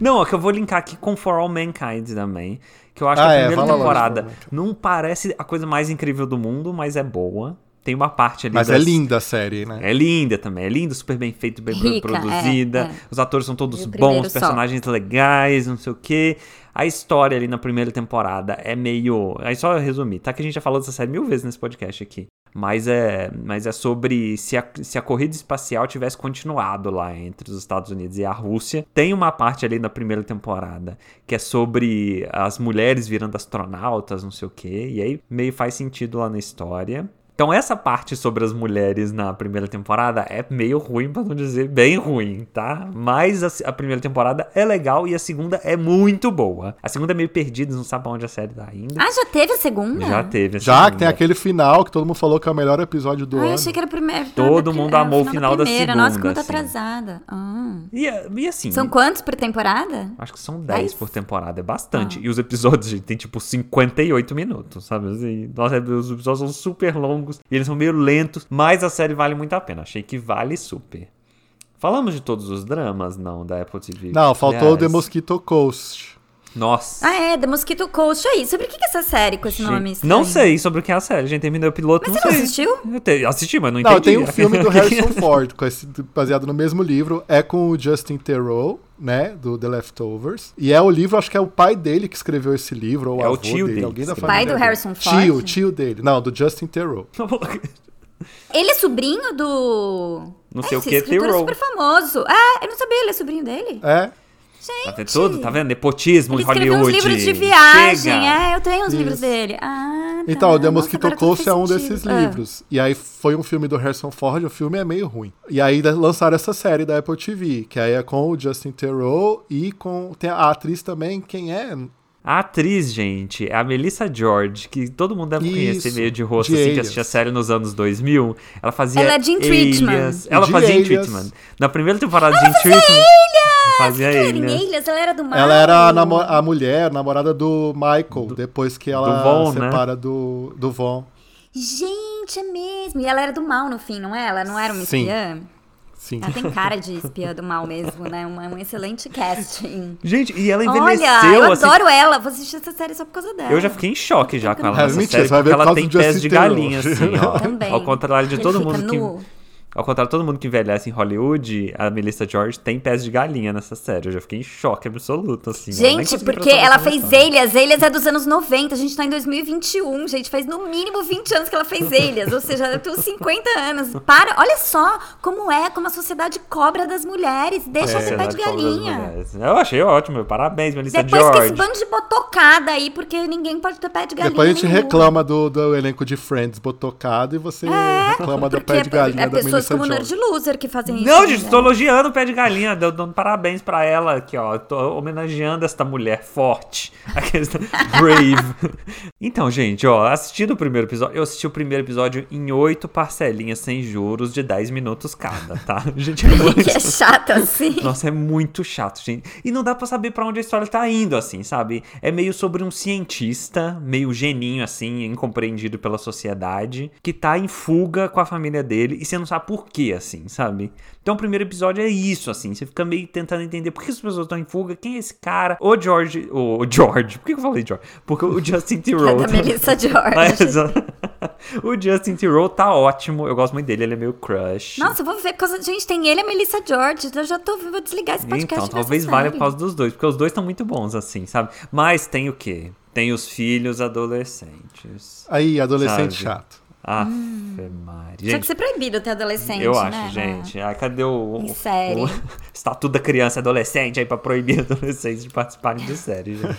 Speaker 3: Não, é que eu vou linkar aqui com For All Mankind também. que eu acho
Speaker 1: Ah,
Speaker 3: que a
Speaker 1: é,
Speaker 3: primeira
Speaker 1: fala lá,
Speaker 3: temporada
Speaker 1: fala lá.
Speaker 3: não parece a coisa mais incrível do mundo, mas é boa. Tem uma parte ali
Speaker 1: Mas é
Speaker 3: das-
Speaker 1: linda a série, né?
Speaker 3: É linda também, é linda, super bem feito, bem
Speaker 2: Rica,
Speaker 3: produzida.
Speaker 2: é, é.
Speaker 3: Os atores são todos
Speaker 2: E o
Speaker 3: bons,
Speaker 2: primeiro
Speaker 3: os personagens legais, não sei o quê. A história ali na primeira temporada é meio. Aí só eu resumir, tá? Que a gente já falou dessa série mil vezes nesse podcast aqui. Mas é, mas é sobre se a, se a corrida espacial tivesse continuado lá entre os Estados Unidos e a Rússia. Tem uma parte ali na primeira temporada que é sobre as mulheres virando astronautas, não sei o quê. E aí meio faz sentido lá na história. Então essa parte sobre as mulheres na primeira temporada é meio ruim, pra não dizer bem ruim, tá? Mas a, a primeira temporada é legal e a segunda é muito boa. A segunda é meio perdida, não sabe pra onde a série tá ainda.
Speaker 2: Ah, já teve a segunda?
Speaker 3: Já teve. a
Speaker 1: Já que
Speaker 3: segunda.
Speaker 1: tem aquele final que todo mundo falou que é o melhor episódio do
Speaker 2: Ah, eu
Speaker 1: ano.
Speaker 2: achei que era o primeiro. da-
Speaker 3: Todo mundo
Speaker 2: era
Speaker 3: amou o final da
Speaker 2: primeira.
Speaker 3: segunda,
Speaker 2: Nossa, como eu tô
Speaker 3: assim.
Speaker 2: atrasada. Ah.
Speaker 3: E, e assim.
Speaker 2: São quantos por temporada?
Speaker 3: Acho que são 10
Speaker 2: Dez? Ah.
Speaker 3: por temporada, é bastante. E os episódios, gente, tem tipo 58 minutos, sabe? Assim, nossa, os episódios são super longos e eles são meio lentos, mas a série vale muito a pena. Achei que vale super. Falamos de todos os dramas, não, da Apple TV.
Speaker 1: Não, faltou o
Speaker 3: Aliás,
Speaker 1: The Mosquito Coast.
Speaker 3: Nossa.
Speaker 2: Ah, é, The Mosquito Coast. E aí, sobre o que que é essa série com esse
Speaker 3: Gente,
Speaker 2: nome? estranho?
Speaker 3: Não sei sobre o que é a série. A gente terminou o piloto,
Speaker 2: Mas
Speaker 3: não
Speaker 2: você não
Speaker 3: sei.
Speaker 2: assistiu?
Speaker 3: Eu te- assisti, mas não,
Speaker 1: Não,
Speaker 3: entendi.
Speaker 1: tem um filme do Harrison Ford, com esse- baseado no mesmo livro. É com o Justin Theroux, né? Do The Leftovers. E é o livro, acho que é o pai dele que escreveu esse livro, ou
Speaker 3: É
Speaker 1: avô
Speaker 3: o tio
Speaker 1: dele,
Speaker 3: dele
Speaker 1: alguém
Speaker 3: que
Speaker 1: da
Speaker 3: escreveu.
Speaker 1: família.
Speaker 2: Pai do
Speaker 1: dele.
Speaker 2: Harrison Ford?
Speaker 1: Tio, tio dele. Não, do Justin Theroux.
Speaker 3: Tá
Speaker 2: Ele é sobrinho do.
Speaker 3: Não
Speaker 2: É,
Speaker 3: sei o
Speaker 2: esse
Speaker 3: quê,
Speaker 2: escritor
Speaker 3: Theroux.
Speaker 2: super famoso. Ah, eu não sabia, ele é sobrinho dele?
Speaker 1: É.
Speaker 3: Tá vendo tudo? Tá vendo? Nepotismo
Speaker 2: Ele
Speaker 3: em
Speaker 2: escreveu
Speaker 3: Hollywood.
Speaker 2: uns livros de viagem,
Speaker 3: Chega.
Speaker 2: é, eu tenho uns livros
Speaker 1: Isso.
Speaker 2: dele. Ah, tá.
Speaker 1: Então, o The
Speaker 2: Nossa,
Speaker 1: Mosquito
Speaker 2: agora tudo
Speaker 1: Coast é
Speaker 2: faz
Speaker 1: um
Speaker 2: sentido.
Speaker 1: desses
Speaker 2: Ah.
Speaker 1: livros. E aí foi um filme do Harrison Ford, o filme é meio ruim. E aí da- lançaram essa série da Apple TV, que aí é com o Justin Theroux e com... Tem a atriz também, quem é?
Speaker 3: A atriz, gente, é a Melissa George, que todo mundo deve conhecer
Speaker 1: Isso,
Speaker 3: meio de rosto,
Speaker 1: de
Speaker 3: assim, que
Speaker 1: Alias.
Speaker 3: assistia série nos anos 2000. Ela fazia.
Speaker 2: Ela é Jean
Speaker 3: Alias.
Speaker 2: Treatman.
Speaker 3: Ela
Speaker 1: De
Speaker 3: fazia Jean
Speaker 1: Alias.
Speaker 3: Treatman. Na primeira temporada de Jean Treatment. Fazia né?
Speaker 2: Ela era em
Speaker 3: Elias.
Speaker 2: Ilhas, ela era do mar.
Speaker 1: Ela era a, namo- a mulher, namorada do Michael, depois que ela
Speaker 3: do Von, né?
Speaker 1: separa do, do Von.
Speaker 2: Gente, é mesmo. E ela era do mal no fim, não é? Ela não era uma
Speaker 1: Sim.
Speaker 2: espiã?
Speaker 1: Sim.
Speaker 2: Ela tem cara de espiã do mal mesmo, né? Uma- um excelente casting.
Speaker 3: Gente, e ela envelheceu
Speaker 2: Olha, eu
Speaker 3: assim.
Speaker 2: adoro ela. Vou assistir essa série só por causa dela.
Speaker 3: Eu já fiquei em choque já com ela
Speaker 1: É,
Speaker 3: nessa
Speaker 1: mentira, você
Speaker 3: série,
Speaker 1: vai
Speaker 3: porque
Speaker 1: ver por
Speaker 3: ela
Speaker 1: causa
Speaker 3: tem
Speaker 1: do Justin
Speaker 3: pés de
Speaker 1: Theroux.
Speaker 3: galinha, assim, ó.
Speaker 2: Também.
Speaker 3: Ao contrário de
Speaker 2: Ele
Speaker 3: todo
Speaker 2: fica
Speaker 3: mundo que...
Speaker 2: nu.
Speaker 3: Ao contrário de todo mundo que envelhece em Hollywood, a Melissa George tem pés de galinha nessa série. Eu já fiquei em choque absoluto, assim. eu nem
Speaker 2: Gente,
Speaker 3: consegui
Speaker 2: porque
Speaker 3: prestar
Speaker 2: ela
Speaker 3: atenção
Speaker 2: fez
Speaker 3: nessa série.
Speaker 2: Elias. Elias é dos anos 90. A gente tá em 2021, gente. Faz no mínimo 20 anos que ela fez Elias. Ou seja, ela tem uns 50 anos. Para, olha só como é, como a sociedade cobra das mulheres. Deixa
Speaker 3: É,
Speaker 2: ser pé de
Speaker 3: Sociedade Cobra das
Speaker 2: galinha.
Speaker 3: Mulheres. Eu achei ótimo, parabéns, Melissa
Speaker 2: Depois que esse
Speaker 3: George.
Speaker 2: bando de botocada aí, porque ninguém pode ter pé de galinha.
Speaker 1: Depois a gente
Speaker 2: nenhum.
Speaker 1: reclama do, do elenco de Friends botocado e você reclama do
Speaker 2: É, Porque
Speaker 1: pé de galinha
Speaker 2: é
Speaker 1: da
Speaker 2: pessoas
Speaker 1: Melissa
Speaker 2: como
Speaker 1: Jones.
Speaker 2: Nerd Loser que fazem isso.
Speaker 3: Não, gente,
Speaker 2: né?
Speaker 3: estou elogiando o pé de galinha, dando, dando parabéns pra ela aqui, ó. Tô homenageando esta mulher forte, aquele brave. Então, gente, ó, assistindo o primeiro episódio, eu assisti o primeiro episódio em oito parcelinhas sem juros de 10 minutos cada, tá? Gente, é muito...
Speaker 2: Que é chato assim.
Speaker 3: Nossa, é muito chato, gente. E não dá pra saber pra onde a história tá indo, assim, sabe? É meio sobre um cientista, meio geninho, assim, incompreendido pela sociedade, que tá em fuga com a família dele e você não sabe por quê, assim, sabe? Então o primeiro episódio é isso, assim. Você fica meio tentando entender por que as pessoas estão em fuga, quem é esse cara? O George. O George. Por que eu falei George? Porque o Justin
Speaker 2: Que é
Speaker 3: Theroux.
Speaker 2: da Melissa
Speaker 3: Mas,
Speaker 2: George.
Speaker 3: o Justin Theroux tá ótimo. Eu gosto muito dele, ele é meio crush.
Speaker 2: Nossa, eu vou ver por causa. Gente, tem ele e a Melissa George. então Eu já tô. Vou desligar esse podcast. é
Speaker 3: Então,
Speaker 2: dessa
Speaker 3: talvez valha por
Speaker 2: série.
Speaker 3: causa dos dois, porque os dois estão muito bons, assim, sabe? Mas tem o quê? Tem os filhos adolescentes.
Speaker 1: Aí, adolescente
Speaker 3: Sabe?
Speaker 1: chato.
Speaker 3: Afe
Speaker 2: Tinha
Speaker 3: Maria.
Speaker 2: Hum. que
Speaker 3: Gente,
Speaker 2: ser proibido ter adolescente.
Speaker 3: eu
Speaker 2: né?
Speaker 3: acho, gente. Ah, cadê o,
Speaker 2: Em série.
Speaker 3: o estatuto da criança e adolescente aí pra proibir adolescentes de participarem de série, gente?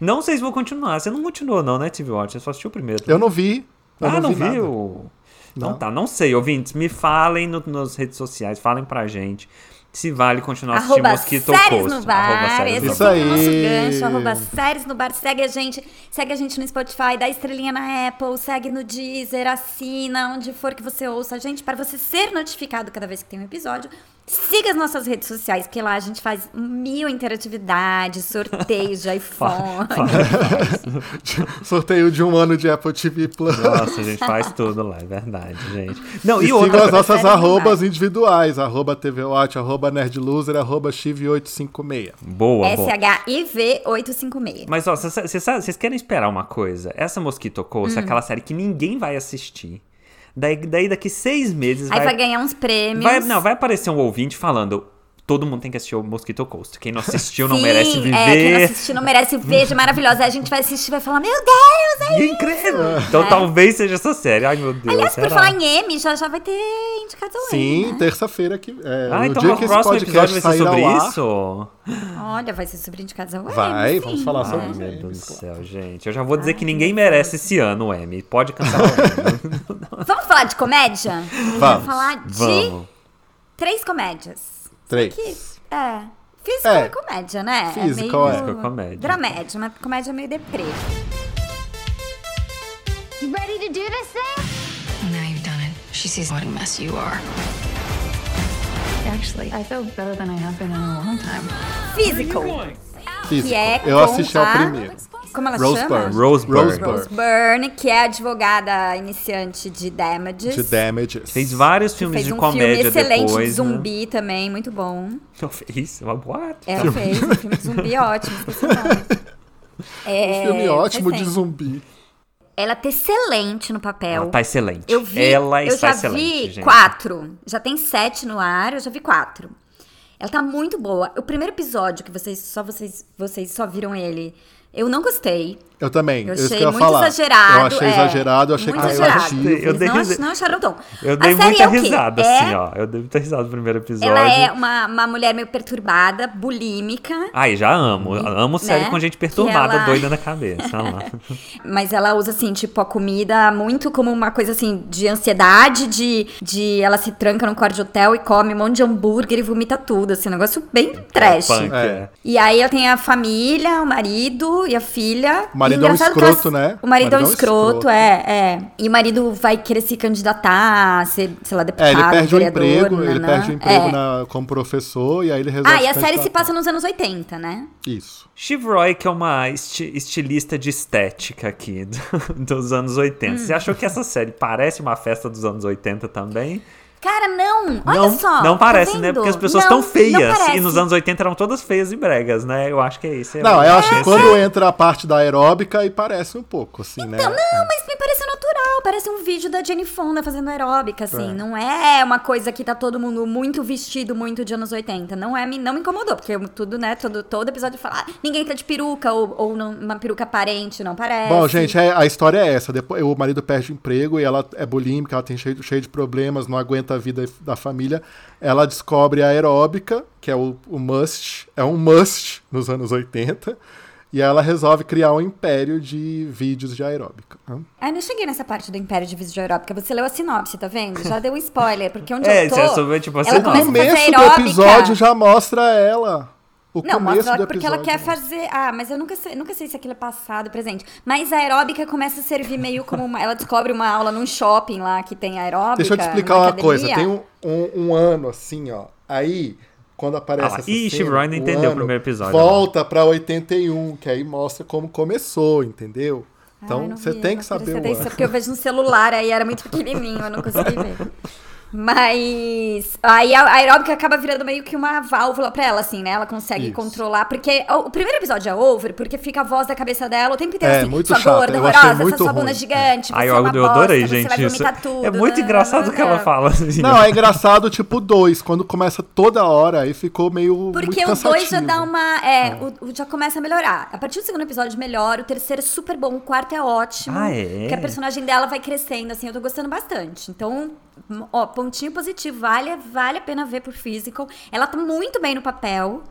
Speaker 3: Não sei se vou continuar. Você não continuou, não, né, TV Watch? Você só assistiu o primeiro.
Speaker 1: Eu não vi. Eu
Speaker 3: ah, não,
Speaker 1: vi nada.
Speaker 3: viu? Então
Speaker 1: Não.
Speaker 3: tá, não sei. Ouvintes, me falem no- nas redes sociais, falem pra gente se vale continuar assistindo
Speaker 2: Arroba
Speaker 3: Mosquito
Speaker 2: séries
Speaker 3: Coast.
Speaker 2: no bar.
Speaker 3: séries
Speaker 2: Esse
Speaker 3: no
Speaker 1: Isso
Speaker 2: é
Speaker 3: bar.
Speaker 2: o nosso
Speaker 1: aí.
Speaker 2: gancho. Arroba séries no bar. Segue a gente. Segue a gente no Spotify. Dá estrelinha na Apple. Segue no Deezer. Assina onde for que você ouça a gente para você ser notificado cada vez que tem um episódio. Siga as nossas redes sociais, que lá a gente faz mil interatividades, sorteios de iPhone.
Speaker 1: Sorteio de um ano de Apple TV Plus.
Speaker 3: Nossa, a gente faz tudo lá, é verdade, gente. Não,
Speaker 1: E,
Speaker 3: e,
Speaker 1: siga
Speaker 3: outra.
Speaker 1: as
Speaker 3: coisa-
Speaker 1: nossas
Speaker 2: Sério,
Speaker 1: arrobas
Speaker 2: vai.
Speaker 1: individuais, arroba TVWatch, arroba NerdLoser, arroba Chive856.
Speaker 3: Boa,
Speaker 2: é
Speaker 3: boa.
Speaker 2: SHIV856.
Speaker 3: Mas ó, vocês querem esperar uma coisa? Essa Mosquito Coast
Speaker 2: Hum.
Speaker 3: é aquela série que ninguém vai assistir. Daí, daí daqui seis meses
Speaker 2: Aí vai ganhar uns prêmios.
Speaker 3: vai, não, vai aparecer um ouvinte falando. Todo mundo tem que assistir o Mosquito Coast. Quem não assistiu não merece
Speaker 2: Sim,
Speaker 3: viver.
Speaker 2: É, quem não assistiu não merece veja, maravilhosa. Aí a gente vai assistir e vai falar, meu Deus!
Speaker 3: Que incrível! Então
Speaker 2: É.
Speaker 3: talvez seja essa série. Ai, meu Deus.
Speaker 2: Aliás, por
Speaker 3: será?
Speaker 2: falar em M, já já vai ter indicado ao Emmy,
Speaker 1: Sim,
Speaker 2: né?
Speaker 1: terça-feira que. É,
Speaker 3: Ah,
Speaker 1: no
Speaker 3: então
Speaker 1: dia
Speaker 3: o
Speaker 1: que esse
Speaker 3: próximo episódio
Speaker 1: podcast
Speaker 3: vai ser
Speaker 1: sair
Speaker 3: sobre
Speaker 1: ao ar,
Speaker 3: isso?
Speaker 2: Olha, vai ser sobre indicados ao Emmy,
Speaker 1: Vai,
Speaker 2: sim.
Speaker 1: vamos falar sobre
Speaker 3: Ai,
Speaker 1: isso.
Speaker 3: meu Deus do céu, gente. Eu já vou dizer que ninguém merece esse ano o Emmy. Pode cancelar o Emmy.
Speaker 2: Vamos falar de comédia? Vamos. falar de
Speaker 3: Vamos.
Speaker 2: três comédias.
Speaker 1: Três.
Speaker 2: Que, é, physical
Speaker 1: É.
Speaker 2: é comédia, né?
Speaker 1: Physical é.
Speaker 2: é meio
Speaker 3: Physical comédia.
Speaker 2: dramédia, uma comédia é meio deprê.
Speaker 4: You ready to do this thing?
Speaker 5: Now you've done it. She sees what a mess you are. Actually, I feel better than I have been in a long time.
Speaker 2: Physical,
Speaker 1: Físico.
Speaker 2: que é
Speaker 1: Eu
Speaker 2: com
Speaker 1: assisti ao
Speaker 2: a-
Speaker 1: primeiro.
Speaker 2: Como ela
Speaker 1: Rose
Speaker 2: chama?
Speaker 1: Byrne.
Speaker 3: Rose Byrne.
Speaker 1: Rose Byrne.
Speaker 2: Rose Byrne, que é advogada iniciante de Damages.
Speaker 1: De Damages.
Speaker 3: Fez vários
Speaker 2: que
Speaker 3: filmes
Speaker 2: Fez
Speaker 3: de
Speaker 2: um filme
Speaker 3: comédia
Speaker 2: excelente
Speaker 3: depois.
Speaker 2: de zumbi também, muito bom.
Speaker 3: Né? Fez? What?
Speaker 2: Ela fez um filme de zumbi ótimo, esqueci o nome.
Speaker 3: Um
Speaker 2: É,
Speaker 1: Filme ótimo
Speaker 2: faz
Speaker 1: de
Speaker 2: tempo.
Speaker 1: zumbi.
Speaker 2: Ela tá excelente no papel.
Speaker 3: Ela tá excelente.
Speaker 2: Eu vi,
Speaker 3: Ela
Speaker 2: eu
Speaker 3: está
Speaker 2: já
Speaker 3: excelente,
Speaker 2: vi
Speaker 3: gente.
Speaker 2: quatro. Já tem sete no ar, eu já vi quatro. Ela tá muito boa. O primeiro episódio que vocês só vocês vocês só viram ele, eu não gostei.
Speaker 1: Eu também. é
Speaker 2: Eu
Speaker 1: isso que
Speaker 2: achei
Speaker 1: eu ia
Speaker 2: muito
Speaker 1: falar.
Speaker 2: exagerado.
Speaker 1: Eu achei
Speaker 2: é,
Speaker 1: exagerado, eu achei
Speaker 2: muito
Speaker 1: cansativo.
Speaker 2: exagerado.
Speaker 3: Eu
Speaker 2: Vocês
Speaker 3: dei
Speaker 2: não,
Speaker 3: risa-
Speaker 2: ach- não acharam tão.
Speaker 3: Eu dei
Speaker 2: a série
Speaker 3: muita
Speaker 2: é o quê?
Speaker 3: risada,
Speaker 2: É-
Speaker 3: assim, ó. Eu dei muita risada no primeiro episódio.
Speaker 2: Ela é uma, uma mulher meio perturbada, bulímica,
Speaker 3: Ai, já amo. Amo série
Speaker 2: né?
Speaker 3: com gente
Speaker 2: Que
Speaker 3: perturbada,
Speaker 2: ela-
Speaker 3: doida na cabeça. é Olha lá.
Speaker 2: mas ela usa, assim, tipo, a comida muito como uma coisa, assim, de ansiedade, de, de ela se tranca num quarto de hotel e come um monte de hambúrguer e vomita tudo, assim, um negócio bem trash.
Speaker 3: Punk,
Speaker 1: É.
Speaker 3: é.
Speaker 2: E aí ela tem a família, o marido e a filha.
Speaker 1: O marido
Speaker 2: E
Speaker 1: é um
Speaker 2: engraçado que ela-
Speaker 1: escroto, né?
Speaker 2: O marido é um escroto, é, é. E o marido vai querer se candidatar, a ser, sei lá, deputado,
Speaker 1: É, ele perde o
Speaker 2: Ah, vereador,
Speaker 1: emprego, ele
Speaker 2: nanã.
Speaker 1: perde o emprego
Speaker 2: É.
Speaker 1: na- como professor e aí ele resolve.
Speaker 2: Ah, e a série
Speaker 1: candidatar.
Speaker 2: se passa nos anos 80, né?
Speaker 1: Isso.
Speaker 3: Shiv Roy, que é uma esti- estilista de estética aqui do- dos anos 80.
Speaker 2: Hum.
Speaker 3: Você achou que essa série parece uma festa dos anos 80 também?
Speaker 2: Cara, não! Olha
Speaker 3: não,
Speaker 2: só!
Speaker 3: Não
Speaker 2: tá
Speaker 3: parece, né?
Speaker 2: vendo?
Speaker 3: Porque as pessoas
Speaker 2: Não,
Speaker 3: estão feias.
Speaker 2: não parece.
Speaker 3: e nos anos 80 eram todas feias e bregas, né? Eu acho que é isso.
Speaker 1: Não, eu acho que
Speaker 3: esse-
Speaker 1: quando entra a parte da aeróbica e parece um pouco, assim, né?
Speaker 2: Então Não, é não, mas me pareceu natural. Parece um vídeo da Jenny Fonda fazendo aeróbica, assim. Não é uma coisa que tá todo mundo muito vestido, muito de anos 80. Não é, me, não me incomodou, porque eu- tudo, né, todo, todo episódio fala, ah, ninguém tá de peruca, ou, ou não- uma peruca aparente, não parece.
Speaker 1: Bom, gente, é- a história é essa. Depois, o marido perde o emprego e ela é bulímica, ela tem cheio, cheio de problemas, não aguenta a vida da família. Ela descobre a aeróbica, que é o, o must, é um must nos anos 80, e ela resolve criar um império de vídeos de aeróbica. né?
Speaker 2: Ah, não cheguei nessa parte do Império de Vídeo de Aeróbica. Você leu a sinopse, tá vendo? Já deu um spoiler, porque onde
Speaker 3: É,
Speaker 2: eu tô...
Speaker 3: isso é sobre, tipo, a
Speaker 2: ela
Speaker 3: sinopse.
Speaker 2: começa
Speaker 1: O
Speaker 2: a fazer
Speaker 1: começo do
Speaker 2: aeróbica.
Speaker 1: episódio já mostra ela. O
Speaker 2: Não,
Speaker 1: começo
Speaker 2: mostra
Speaker 1: do
Speaker 2: ela porque ela quer
Speaker 1: episódio.
Speaker 2: fazer. Ah, mas eu nunca sei, nunca sei se aquilo é passado, presente. Mas a aeróbica começa a servir meio como uma. Ela descobre uma aula num shopping lá que tem aeróbica.
Speaker 1: Deixa eu te explicar
Speaker 2: numa
Speaker 1: uma
Speaker 2: academia.
Speaker 1: coisa. Tem um, um- um ano assim, ó. Aí, quando aparece
Speaker 3: Ah lá.
Speaker 1: essa
Speaker 3: Ih, Steve
Speaker 1: cena, um
Speaker 3: Ryan não entendeu o
Speaker 1: ano
Speaker 3: primeiro episódio, né?
Speaker 1: Volta pra 81, que aí mostra como começou, entendeu?
Speaker 2: Ai, Ah, eu
Speaker 1: Então,
Speaker 2: não
Speaker 1: você
Speaker 2: vi,
Speaker 1: tem
Speaker 2: não
Speaker 1: que saber o
Speaker 2: prestei atenção,
Speaker 1: ano.
Speaker 2: é Porque eu vejo no celular, aí era muito pequenininho, eu não consegui ver. Mas aí a a aeróbica acaba virando meio que uma válvula pra ela, assim, né? Ela consegue
Speaker 1: Isso.
Speaker 2: controlar, porque o, o primeiro episódio é over, porque fica a voz da cabeça dela o tempo inteiro
Speaker 1: É,
Speaker 2: assim,
Speaker 1: muito
Speaker 2: sua
Speaker 1: chata,
Speaker 2: gorda,
Speaker 1: eu achei
Speaker 2: horrorosa, essa
Speaker 1: muito
Speaker 2: sua bunda
Speaker 1: ruim.
Speaker 2: gigante,
Speaker 3: Ai,
Speaker 2: você
Speaker 3: eu,
Speaker 2: é uma
Speaker 3: eu adorei,
Speaker 2: bosta,
Speaker 3: gente.
Speaker 2: você vai
Speaker 3: Isso
Speaker 2: vomitar tudo.
Speaker 3: é muito
Speaker 2: né,
Speaker 3: engraçado o
Speaker 2: né,
Speaker 3: que ela
Speaker 2: né.
Speaker 3: fala. Assim,
Speaker 1: Não, é engraçado tipo 2, quando começa toda hora aí ficou meio
Speaker 2: Porque
Speaker 1: muito
Speaker 2: o 2 já
Speaker 1: cansativo.
Speaker 2: dá uma. É, o- o- já começa a melhorar. A partir do segundo episódio melhora, o terceiro é super bom, o quarto é ótimo.
Speaker 3: Ah, é?
Speaker 2: Porque a personagem dela vai crescendo, assim, eu tô gostando bastante. Então, ó, pontinho positivo, vale, vale a pena ver por physical. Ela tá muito bem no papel.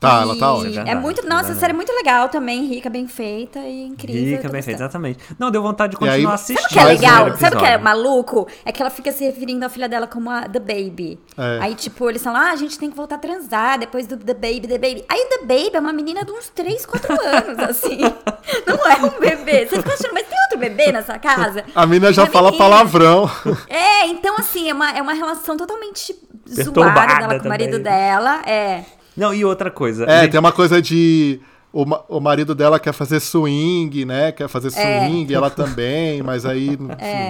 Speaker 1: Tá, ela tá ótima.
Speaker 2: E É
Speaker 3: verdade,
Speaker 2: muito.
Speaker 3: verdade.
Speaker 2: Nossa, a série é muito legal também, rica, bem feita e incrível. eu tô
Speaker 3: Dica bem feita,
Speaker 2: gostando.
Speaker 3: exatamente. Não, deu vontade de
Speaker 1: E aí-
Speaker 3: continuar
Speaker 1: Sabe o
Speaker 2: Sabe o
Speaker 3: assistindo.
Speaker 2: que é
Speaker 1: Mais um
Speaker 2: legal?
Speaker 3: primeiro
Speaker 2: Sabe o que é
Speaker 3: episódio.
Speaker 2: maluco? É que ela fica se referindo à filha dela como a The Baby.
Speaker 1: É.
Speaker 2: Aí, tipo, eles falam, ah, a gente tem que voltar a transar depois do The Baby, The Baby. Aí, The Baby é uma menina de uns 3, 4 anos, assim. Não é um bebê. Você fica achando, mas tem outro bebê nessa casa? É
Speaker 1: A mina já
Speaker 2: Uma
Speaker 1: fala
Speaker 2: menina.
Speaker 1: palavrão.
Speaker 2: É, então, assim, é uma, é uma relação totalmente zoada dela com o
Speaker 3: também.
Speaker 2: marido dela. É.
Speaker 3: Não, e outra coisa.
Speaker 1: É,
Speaker 3: gente,
Speaker 1: tem uma coisa de. O, ma- o marido dela quer fazer swing, né? Quer fazer swing, ela também, mas aí. enfim,
Speaker 2: é.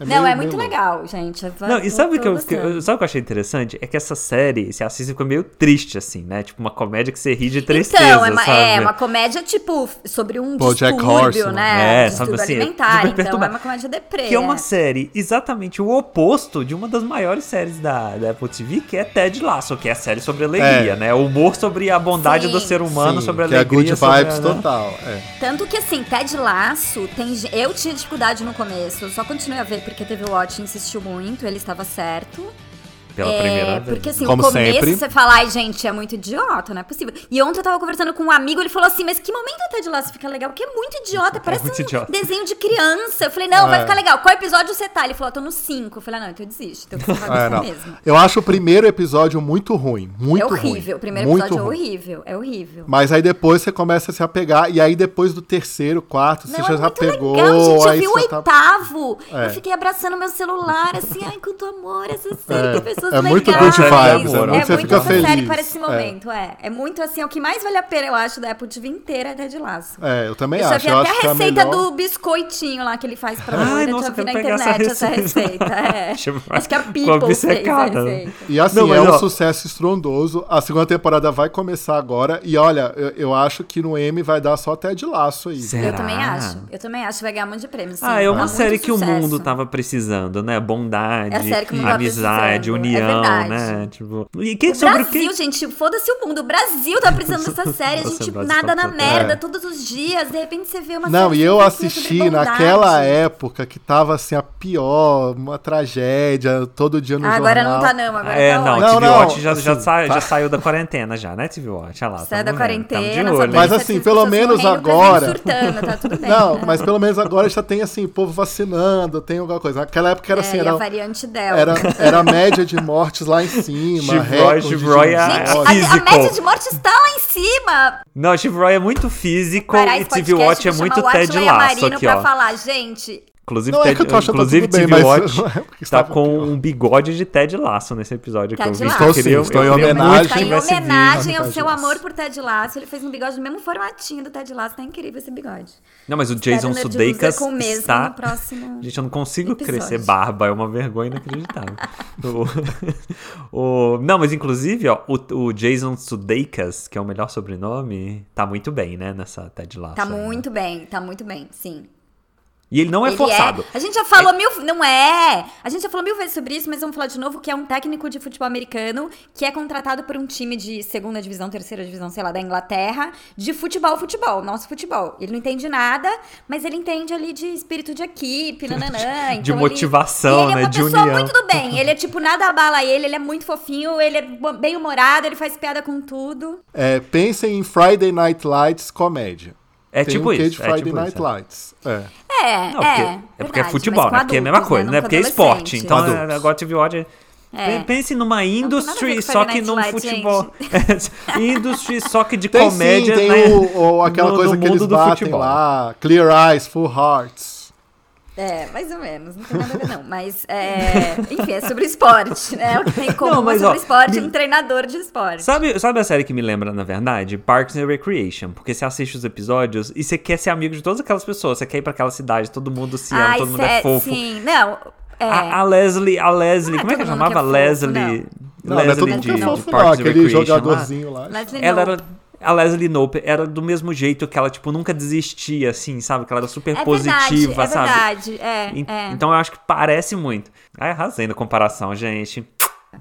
Speaker 1: meio-
Speaker 2: não, é
Speaker 1: meio
Speaker 2: muito
Speaker 1: louco.
Speaker 2: legal, gente. Eu
Speaker 3: Não,
Speaker 2: tô-
Speaker 3: e sabe o que,
Speaker 2: tô
Speaker 3: eu, que eu-
Speaker 2: gostando.
Speaker 3: sabe o que eu achei interessante? É que essa série, se assiste, fica meio triste, assim, né? Tipo uma comédia que você ri de tristeza,
Speaker 2: então, é uma,
Speaker 3: sabe?
Speaker 2: é uma comédia, tipo, sobre um
Speaker 1: Pô, Jack
Speaker 2: distúrbio,
Speaker 1: Horseman.
Speaker 2: né?
Speaker 3: É, sabe
Speaker 2: distúrbio
Speaker 3: assim,
Speaker 2: alimentar.
Speaker 3: super
Speaker 2: Então, é
Speaker 3: perturbado.
Speaker 2: uma comédia deprê.
Speaker 3: Que é uma
Speaker 2: né?
Speaker 3: série exatamente o oposto de uma das maiores séries da, da Apple TV, que é Ted Lasso, que é a série sobre alegria,
Speaker 1: É.
Speaker 3: né? O humor sobre a bondade
Speaker 2: Sim.
Speaker 3: do ser humano,
Speaker 1: Sim,
Speaker 3: sobre a
Speaker 1: que é
Speaker 3: alegria.
Speaker 1: good
Speaker 3: sobre a-
Speaker 1: vibes
Speaker 3: né?
Speaker 1: total. É.
Speaker 2: Tanto que assim, Ted Laço, tem... ge- eu tinha dificuldade no começo, eu só continuei a ver porque teve o Watch insistiu muito, ele estava certo.
Speaker 3: Pela
Speaker 2: É,
Speaker 3: primeira vez. né?
Speaker 2: Porque assim,
Speaker 1: Como
Speaker 2: o começo
Speaker 1: sempre.
Speaker 2: você fala, ai gente, é muito idiota, não é possível. E ontem eu tava conversando com um amigo, ele falou assim, mas que momento até de laço fica legal? Porque é muito idiota, parece
Speaker 3: muito
Speaker 2: um
Speaker 3: idiota.
Speaker 2: desenho de criança. Eu falei, não, vai
Speaker 1: É.
Speaker 2: ficar legal. Qual episódio você tá? Ele falou, tô no 5. Eu falei, ah, não, então desiste, então você vai
Speaker 1: É,
Speaker 2: gostar
Speaker 1: não.
Speaker 2: mesmo.
Speaker 1: Eu acho o primeiro episódio muito ruim. Muito
Speaker 2: é
Speaker 1: ruim,
Speaker 2: horrível, o primeiro
Speaker 1: muito
Speaker 2: episódio
Speaker 1: ruim.
Speaker 2: é horrível, é horrível.
Speaker 1: Mas aí depois você começa a se apegar, e aí depois do terceiro, quarto, você
Speaker 2: Não,
Speaker 1: já,
Speaker 2: é
Speaker 1: já
Speaker 2: muito
Speaker 1: pegou.
Speaker 2: legal, gente. Eu
Speaker 1: aí
Speaker 2: vi o
Speaker 1: você tá-
Speaker 2: oitavo.
Speaker 1: É.
Speaker 2: Eu fiquei abraçando meu celular, assim, ai, quanto amor essa série,
Speaker 1: É.
Speaker 2: que pessoas
Speaker 1: É
Speaker 2: legais.
Speaker 1: muito
Speaker 3: good vibes, é
Speaker 2: é
Speaker 3: muito-
Speaker 2: muito
Speaker 3: você fica
Speaker 2: essa série
Speaker 1: feliz.
Speaker 2: para esse
Speaker 1: É.
Speaker 2: momento, é. é. muito, assim, é o que mais vale a pena, eu acho, da Apple TV inteira é de Laço.
Speaker 1: É, eu também
Speaker 2: Eu só
Speaker 1: acho.
Speaker 2: vi
Speaker 1: Eu
Speaker 2: até
Speaker 1: acho que é
Speaker 2: a
Speaker 1: a
Speaker 2: receita
Speaker 1: melhor-
Speaker 2: do biscoitinho lá que ele faz pra
Speaker 3: Ai,
Speaker 2: loira, eu
Speaker 3: nossa,
Speaker 2: já
Speaker 3: eu
Speaker 2: vi
Speaker 3: quero
Speaker 2: na
Speaker 3: pegar essa
Speaker 2: internet essa receita.
Speaker 3: receita.
Speaker 2: é.
Speaker 3: Tipo,
Speaker 2: Acho que a
Speaker 3: ficou
Speaker 2: People fez a
Speaker 3: obcecada, né?
Speaker 2: receita.
Speaker 1: E assim,
Speaker 3: Não, mas,
Speaker 1: é um
Speaker 3: ó-
Speaker 1: sucesso estrondoso. A segunda temporada vai começar agora. E olha, eu, eu acho que no M vai dar só até de laço aí.
Speaker 3: Sério?
Speaker 2: Eu também
Speaker 3: Será?
Speaker 2: acho. Eu também acho que vai ganhar um monte de prêmio. sim.
Speaker 3: Ah, é
Speaker 2: Tá
Speaker 3: uma
Speaker 2: muito
Speaker 3: série que o
Speaker 2: sucesso.
Speaker 3: mundo tava precisando, né? Bondade,
Speaker 2: É a série que o mundo tava
Speaker 3: amizade,
Speaker 2: precisando, é
Speaker 3: união,
Speaker 2: verdade.
Speaker 3: né? Tipo, e que, sobre o
Speaker 2: Brasil,
Speaker 3: que...
Speaker 2: gente, foda-se o mundo. O Brasil tá precisando dessa série. A
Speaker 3: Nossa,
Speaker 2: gente
Speaker 3: o Brasil
Speaker 2: nada
Speaker 3: tá
Speaker 2: na
Speaker 3: tão-
Speaker 2: merda
Speaker 1: É.
Speaker 2: todos os dias. De repente você vê uma série.
Speaker 1: Não, e
Speaker 2: que
Speaker 1: eu
Speaker 2: fala sobre
Speaker 1: assisti
Speaker 2: é bondade.
Speaker 1: naquela época que tava assim a pior, uma tragédia, todo dia no
Speaker 2: Ah,
Speaker 1: jornal.
Speaker 2: agora não tá, não. Agora
Speaker 3: É,
Speaker 2: tá
Speaker 3: não,
Speaker 2: ótimo.
Speaker 1: Não,
Speaker 3: TV
Speaker 1: não,
Speaker 3: Watch já, já,
Speaker 1: assim,
Speaker 3: sai-
Speaker 1: tá.
Speaker 3: já saiu da quarentena já, né, TV Watch? Olha lá,
Speaker 2: Sai é da
Speaker 3: né? tamo vendo, tamo
Speaker 2: quarentena,
Speaker 3: de olho,
Speaker 2: sabe?
Speaker 1: Mas
Speaker 3: hein?
Speaker 2: Essas
Speaker 1: assim,
Speaker 2: pessoas
Speaker 1: pelo
Speaker 2: estão
Speaker 1: menos
Speaker 2: morrendo, o Brasil
Speaker 1: agora-
Speaker 2: surtando, tá tudo bem.
Speaker 1: Não,
Speaker 2: tá?
Speaker 1: mas pelo menos agora já tem assim, povo vacinando, tem alguma coisa. Naquela época era
Speaker 2: É,
Speaker 1: assim,
Speaker 2: e a
Speaker 1: era,
Speaker 2: variante dela.
Speaker 1: era, era a média de mortes lá em cima,
Speaker 3: Chivroy,
Speaker 1: recorde de
Speaker 3: Chivroy é a-
Speaker 1: mortes.
Speaker 2: Gente, a- a,
Speaker 3: Physical.
Speaker 2: média de morte está lá em cima.
Speaker 3: Não, Steve Roy é muito físico
Speaker 2: Parar
Speaker 3: e
Speaker 2: esse
Speaker 3: TV
Speaker 2: podcast,
Speaker 3: Watch é
Speaker 2: vou
Speaker 3: muito
Speaker 2: chamar o
Speaker 3: Ted
Speaker 2: Atila e a
Speaker 3: Lasso
Speaker 2: Marino
Speaker 3: aqui,
Speaker 2: pra
Speaker 3: ó.
Speaker 2: falar, gente.
Speaker 3: Inclusive,
Speaker 1: Não é
Speaker 3: Ted,
Speaker 1: que eu tô achando
Speaker 3: inclusive
Speaker 1: tudo bem,
Speaker 3: TV
Speaker 1: mas
Speaker 3: Watch
Speaker 1: não é porque
Speaker 3: tá
Speaker 1: estava
Speaker 3: com
Speaker 1: pior.
Speaker 3: um bigode de Ted Lasso nesse episódio que
Speaker 2: Ted
Speaker 3: eu vi.
Speaker 2: Lasso.
Speaker 1: Estou sim, estou em
Speaker 3: queria muito que
Speaker 1: homenagem.
Speaker 2: Tá em
Speaker 3: tivesse
Speaker 2: homenagem
Speaker 1: vivo.
Speaker 2: ao
Speaker 1: Ted
Speaker 2: seu
Speaker 1: Lasso.
Speaker 2: amor por Ted Lasso. Ele fez um bigode do mesmo formatinho do Ted Lasso. Tá incrível esse bigode.
Speaker 3: Não, mas o
Speaker 2: Espero
Speaker 3: Jason
Speaker 2: Nerd Loser
Speaker 3: Sudeikis
Speaker 2: com o mesmo
Speaker 3: está...
Speaker 2: no próximo
Speaker 3: Gente, eu não consigo
Speaker 2: episódio.
Speaker 3: crescer barba, é uma vergonha inacreditável. o... o- Não, mas inclusive, ó, o, o Jason Sudeikis, que é o melhor sobrenome, tá muito bem, né, nessa Ted Lasso.
Speaker 2: Tá
Speaker 3: aí, né?
Speaker 2: muito bem, tá muito bem, sim.
Speaker 3: E ele não é
Speaker 2: Ele
Speaker 3: forçado.
Speaker 2: A gente já falou mil. Não é! A gente já falou mil vezes sobre isso, mas vamos falar de novo que é um técnico de futebol americano que é contratado por um time de segunda divisão, terceira divisão, sei lá, da Inglaterra, de futebol, futebol, nosso futebol. Ele não entende nada, mas ele entende ali de espírito de equipe, nananã.
Speaker 3: De
Speaker 2: então ele-
Speaker 3: motivação,
Speaker 2: e ele é
Speaker 3: né,
Speaker 2: uma
Speaker 3: de
Speaker 2: pessoa
Speaker 3: união.
Speaker 2: muito do bem. Ele é tipo, nada abala ele, ele é muito fofinho, ele é bem humorado, ele faz piada com tudo.
Speaker 1: É, pensem em Friday Night Lights comédia.
Speaker 3: É
Speaker 1: tem
Speaker 3: tipo
Speaker 1: um quê
Speaker 3: isso,
Speaker 1: de
Speaker 3: é
Speaker 1: Friday
Speaker 3: tipo
Speaker 1: Night
Speaker 3: isso, é.
Speaker 1: Lights. É.
Speaker 2: É,
Speaker 3: Não,
Speaker 2: é.
Speaker 3: porque, é porque é
Speaker 2: verdade, mas
Speaker 3: futebol,
Speaker 2: com
Speaker 3: né? Porque é a mesma
Speaker 2: adultos,
Speaker 3: coisa,
Speaker 2: né?
Speaker 3: né?
Speaker 2: Não com
Speaker 3: Porque é esporte.
Speaker 2: adolescente.
Speaker 3: Então
Speaker 1: adolescente.
Speaker 3: é, agora TV Watch.
Speaker 2: É.
Speaker 3: É. Pense numa industry,
Speaker 2: nada a ver com
Speaker 3: só
Speaker 2: Friday
Speaker 3: que
Speaker 2: Night
Speaker 3: num
Speaker 2: Lights,
Speaker 3: futebol. industry, só que de
Speaker 1: Tem
Speaker 3: comédia.
Speaker 1: sim, tem
Speaker 3: né?
Speaker 1: o, o- aquela
Speaker 3: No-
Speaker 1: coisa
Speaker 3: no
Speaker 1: que eles
Speaker 3: mundo do
Speaker 1: batem
Speaker 3: futebol.
Speaker 1: lá, Clear Eyes, Full Hearts.
Speaker 2: É, mais ou menos, não tem nada a ver não, mas é, enfim, é sobre esporte, né? O que tem como
Speaker 3: Não, mas,
Speaker 2: sobre
Speaker 3: ó,
Speaker 2: esporte,
Speaker 3: me-
Speaker 2: um treinador de esporte.
Speaker 3: Sabe, sabe a série que me lembra, na verdade? Parks and Recreation. Porque você assiste os episódios e você quer ser amigo de todas aquelas pessoas. Você quer ir pra aquela cidade, todo mundo se ama,
Speaker 2: Ai,
Speaker 3: todo mundo
Speaker 2: sé-
Speaker 3: é fofo.
Speaker 2: sim, não, é,
Speaker 3: A, a Leslie, a Leslie,
Speaker 2: Não é
Speaker 3: como é que
Speaker 2: todo mundo que é
Speaker 3: ela chamava?
Speaker 2: fofo,
Speaker 3: Leslie.
Speaker 1: Não, não é todo
Speaker 3: Leslie
Speaker 1: mundo que
Speaker 3: de,
Speaker 1: é
Speaker 3: de
Speaker 1: fofo, não.
Speaker 3: Parks and
Speaker 1: Aquele
Speaker 3: Recreation. lá.
Speaker 1: jogadorzinho lá.
Speaker 2: Leslie
Speaker 3: Ela
Speaker 2: Knope.
Speaker 3: era. A Leslie Knope era do mesmo jeito que ela, tipo, nunca desistia, assim, sabe? Que ela era super
Speaker 2: é
Speaker 3: positiva,
Speaker 2: verdade,
Speaker 3: sabe?
Speaker 2: é verdade, é,
Speaker 3: En-
Speaker 2: é,
Speaker 3: Então eu acho que parece muito. Ai, arrasei na comparação, gente.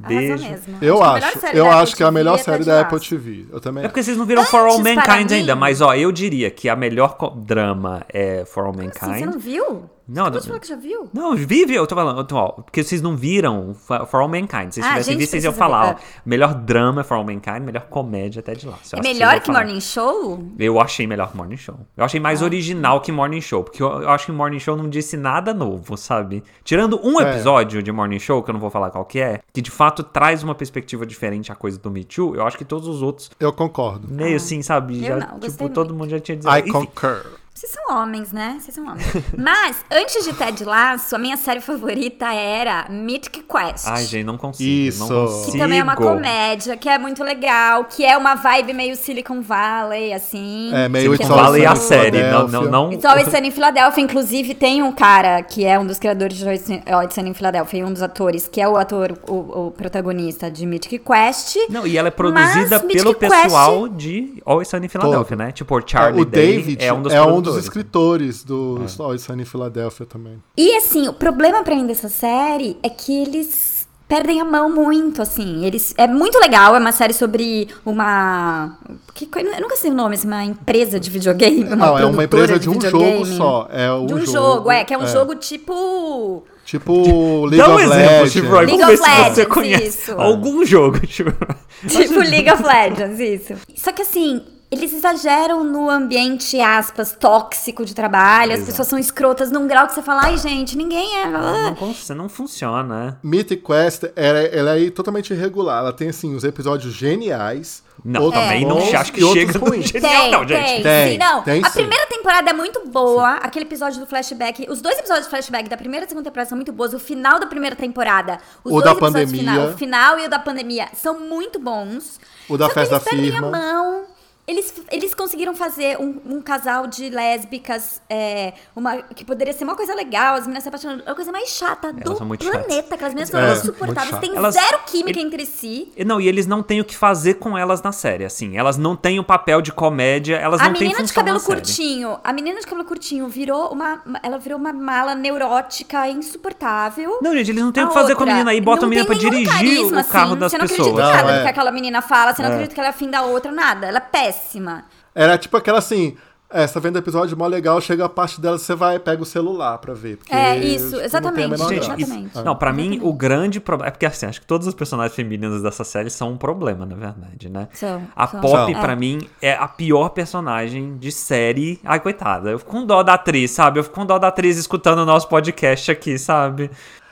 Speaker 2: arrasou
Speaker 3: Beijo.
Speaker 2: mesmo.
Speaker 1: Eu
Speaker 2: que a
Speaker 1: acho,
Speaker 2: melhor série
Speaker 1: eu
Speaker 2: da
Speaker 1: acho que é a
Speaker 2: Apple
Speaker 1: melhor
Speaker 2: TV
Speaker 1: série
Speaker 2: de
Speaker 1: da
Speaker 2: laço.
Speaker 1: Apple TV. Eu também
Speaker 3: É
Speaker 1: acho.
Speaker 3: porque vocês não viram For
Speaker 2: Antes,
Speaker 3: All
Speaker 2: para
Speaker 3: Mankind
Speaker 2: mim-
Speaker 3: ainda, mas ó, eu diria que a melhor co- drama é For All Mankind.
Speaker 2: Sim, assim? você não viu?
Speaker 3: Não,
Speaker 2: você acabou de
Speaker 3: não-
Speaker 2: falar que já viu?
Speaker 3: Não, vi, vi, eu tô falando, eu tô, ó, porque vocês não viram For For All Mankind. Se vocês
Speaker 2: Ah, a
Speaker 3: tivessem
Speaker 2: gente
Speaker 3: visto, vocês iam
Speaker 2: precisa
Speaker 3: falar, ó,
Speaker 2: ver.
Speaker 3: melhor drama é For All Mankind, melhor comédia até de lá.
Speaker 2: É melhor que Morning Show?
Speaker 3: Eu achei melhor que Morning Show. Eu achei mais original que Morning Show, porque eu, eu acho que Morning Show não disse nada novo, sabe? Tirando um
Speaker 1: É.
Speaker 3: episódio de Morning Show, que eu não vou falar qual que é, que de fato traz uma perspectiva diferente à coisa do Me Too, eu acho que todos os outros,
Speaker 1: Eu concordo.
Speaker 3: meio assim, sabe?
Speaker 2: eu
Speaker 3: já,
Speaker 2: não, gostei
Speaker 3: tipo, todo
Speaker 2: muito.
Speaker 3: mundo já tinha dito.
Speaker 1: I
Speaker 3: Enfim,
Speaker 1: concur.
Speaker 2: Vocês são homens, né? Vocês são homens. Mas, antes de Ted Lasso, a minha série favorita era Mythic Quest.
Speaker 3: Ai, gente, não consigo.
Speaker 1: Isso.
Speaker 3: Não
Speaker 1: Que
Speaker 3: consigo.
Speaker 2: Que também é uma comédia, que é muito legal, que é uma vibe meio Silicon Valley, assim.
Speaker 1: É, meio
Speaker 3: Silicon
Speaker 1: It's Always
Speaker 3: Valley é a
Speaker 1: Sunny in
Speaker 3: série. Não, não,
Speaker 1: Philadelphia.
Speaker 3: não.
Speaker 2: It's Always Sunny em Filadélfia. Inclusive, tem um cara que é um dos criadores de It's Always Sunny em Filadélfia, e um dos atores, que é o ator, o, o protagonista de Mythic Quest.
Speaker 3: Não, e ela é produzida
Speaker 2: Mas
Speaker 3: pelo
Speaker 2: Mythic Quest-
Speaker 3: pessoal de Always Sunny em Filadélfia,
Speaker 1: Todo.
Speaker 3: né? Tipo, o Charlie
Speaker 1: o
Speaker 3: Day
Speaker 1: David
Speaker 3: é um dos produtores. Ah.
Speaker 1: escritores do Always Sunny em Filadélfia também.
Speaker 2: E assim, o problema pra mim dessa série é que eles perdem a mão muito, assim. Eles é muito legal, é uma série sobre uma que co- eu nunca sei o nome, assim, uma empresa de videogame, uma
Speaker 1: Não, é uma
Speaker 2: produtora
Speaker 1: empresa de, um
Speaker 2: videogame.
Speaker 1: jogo só. É um
Speaker 2: de um jogo, é, que é um jogo tipo
Speaker 1: Tipo League
Speaker 3: Dá um
Speaker 1: of
Speaker 3: exemplo,
Speaker 1: Legends.
Speaker 3: Steve Roy.
Speaker 2: League
Speaker 3: Vamos ver
Speaker 2: of
Speaker 3: se você
Speaker 2: Legends,
Speaker 3: conhece
Speaker 2: isso.
Speaker 3: algum jogo, Steve Roy.
Speaker 2: Tipo League of Legends, isso. Só que assim, eles exageram no ambiente, aspas, tóxico de trabalho, as
Speaker 3: Exato.
Speaker 2: pessoas são escrotas num grau que você fala, ai gente, ninguém é.
Speaker 3: Não, cons- não funciona, né?
Speaker 1: Mythic Quest, ela, ela é totalmente irregular. Ela tem, assim, os episódios geniais.
Speaker 3: Não,
Speaker 1: outros
Speaker 3: também não
Speaker 1: bons
Speaker 3: acho que
Speaker 1: e outros
Speaker 3: chega no
Speaker 1: ruins.
Speaker 3: genial, não, gente.
Speaker 2: Tem,
Speaker 1: Tem,
Speaker 2: sim, não.
Speaker 1: tem
Speaker 2: a
Speaker 1: sim.
Speaker 2: primeira temporada é muito boa, aquele episódio do flashback. Os dois episódios de flashback da primeira e segunda temporada são muito boas. O final da primeira temporada, os
Speaker 1: O
Speaker 2: dois
Speaker 1: da
Speaker 2: episódios
Speaker 1: pandemia.
Speaker 2: final, o final e o da pandemia são muito bons.
Speaker 1: O da
Speaker 2: Só que
Speaker 1: festa
Speaker 2: eles perdem
Speaker 1: firma.
Speaker 2: a mão. Eles, eles conseguiram fazer um, um casal de lésbicas, é, uma, que poderia ser uma coisa legal, as meninas se apaixonando. É a coisa mais chata do
Speaker 3: são muito
Speaker 2: planeta. Aquelas meninas são
Speaker 1: É,
Speaker 2: insuportáveis,
Speaker 1: muito
Speaker 2: têm
Speaker 3: Elas-
Speaker 2: zero química entre si.
Speaker 3: E Não, e eles não têm o que fazer com elas na série, assim. Elas não têm o papel de comédia, elas
Speaker 2: A
Speaker 3: não têm
Speaker 2: menina
Speaker 3: função
Speaker 2: de cabelo
Speaker 3: na série.
Speaker 2: curtinho, a menina de cabelo curtinho virou uma, ela virou uma mala neurótica insuportável.
Speaker 3: Não, gente, eles não têm o
Speaker 2: A
Speaker 3: que fazer com a
Speaker 2: outra
Speaker 3: menina aí, bota
Speaker 2: não
Speaker 3: a menina
Speaker 2: tem
Speaker 3: pra
Speaker 2: nenhum
Speaker 3: dirigir
Speaker 2: carisma,
Speaker 3: o carro
Speaker 2: assim,
Speaker 3: das
Speaker 2: você não
Speaker 3: pessoas.
Speaker 2: acredita em nada
Speaker 1: Não, é.
Speaker 2: do que aquela menina fala, você não
Speaker 3: É.
Speaker 2: acredita que ela é afim da outra, nada. Ela é péssima.
Speaker 1: Era tipo aquela assim. É, você tá vendo o episódio mó legal, chega a parte dela, você vai pega o celular pra ver. porque,
Speaker 2: É,
Speaker 1: tipo,
Speaker 2: isso,
Speaker 1: não tem a
Speaker 2: exatamente,
Speaker 1: menor
Speaker 2: gente,
Speaker 1: graça.
Speaker 3: isso-
Speaker 2: exatamente.
Speaker 3: não, pra mim, o grande problema. É porque, assim, acho que todas as personagens femininas dessa série são um problema, na verdade, né?
Speaker 2: São,
Speaker 3: a
Speaker 2: são.
Speaker 3: Pop,
Speaker 1: São.
Speaker 3: pra mim, é a pior personagem de série. Ai, coitada. Eu fico com dó da atriz, sabe? Eu fico com dó da atriz escutando o nosso podcast aqui, sabe?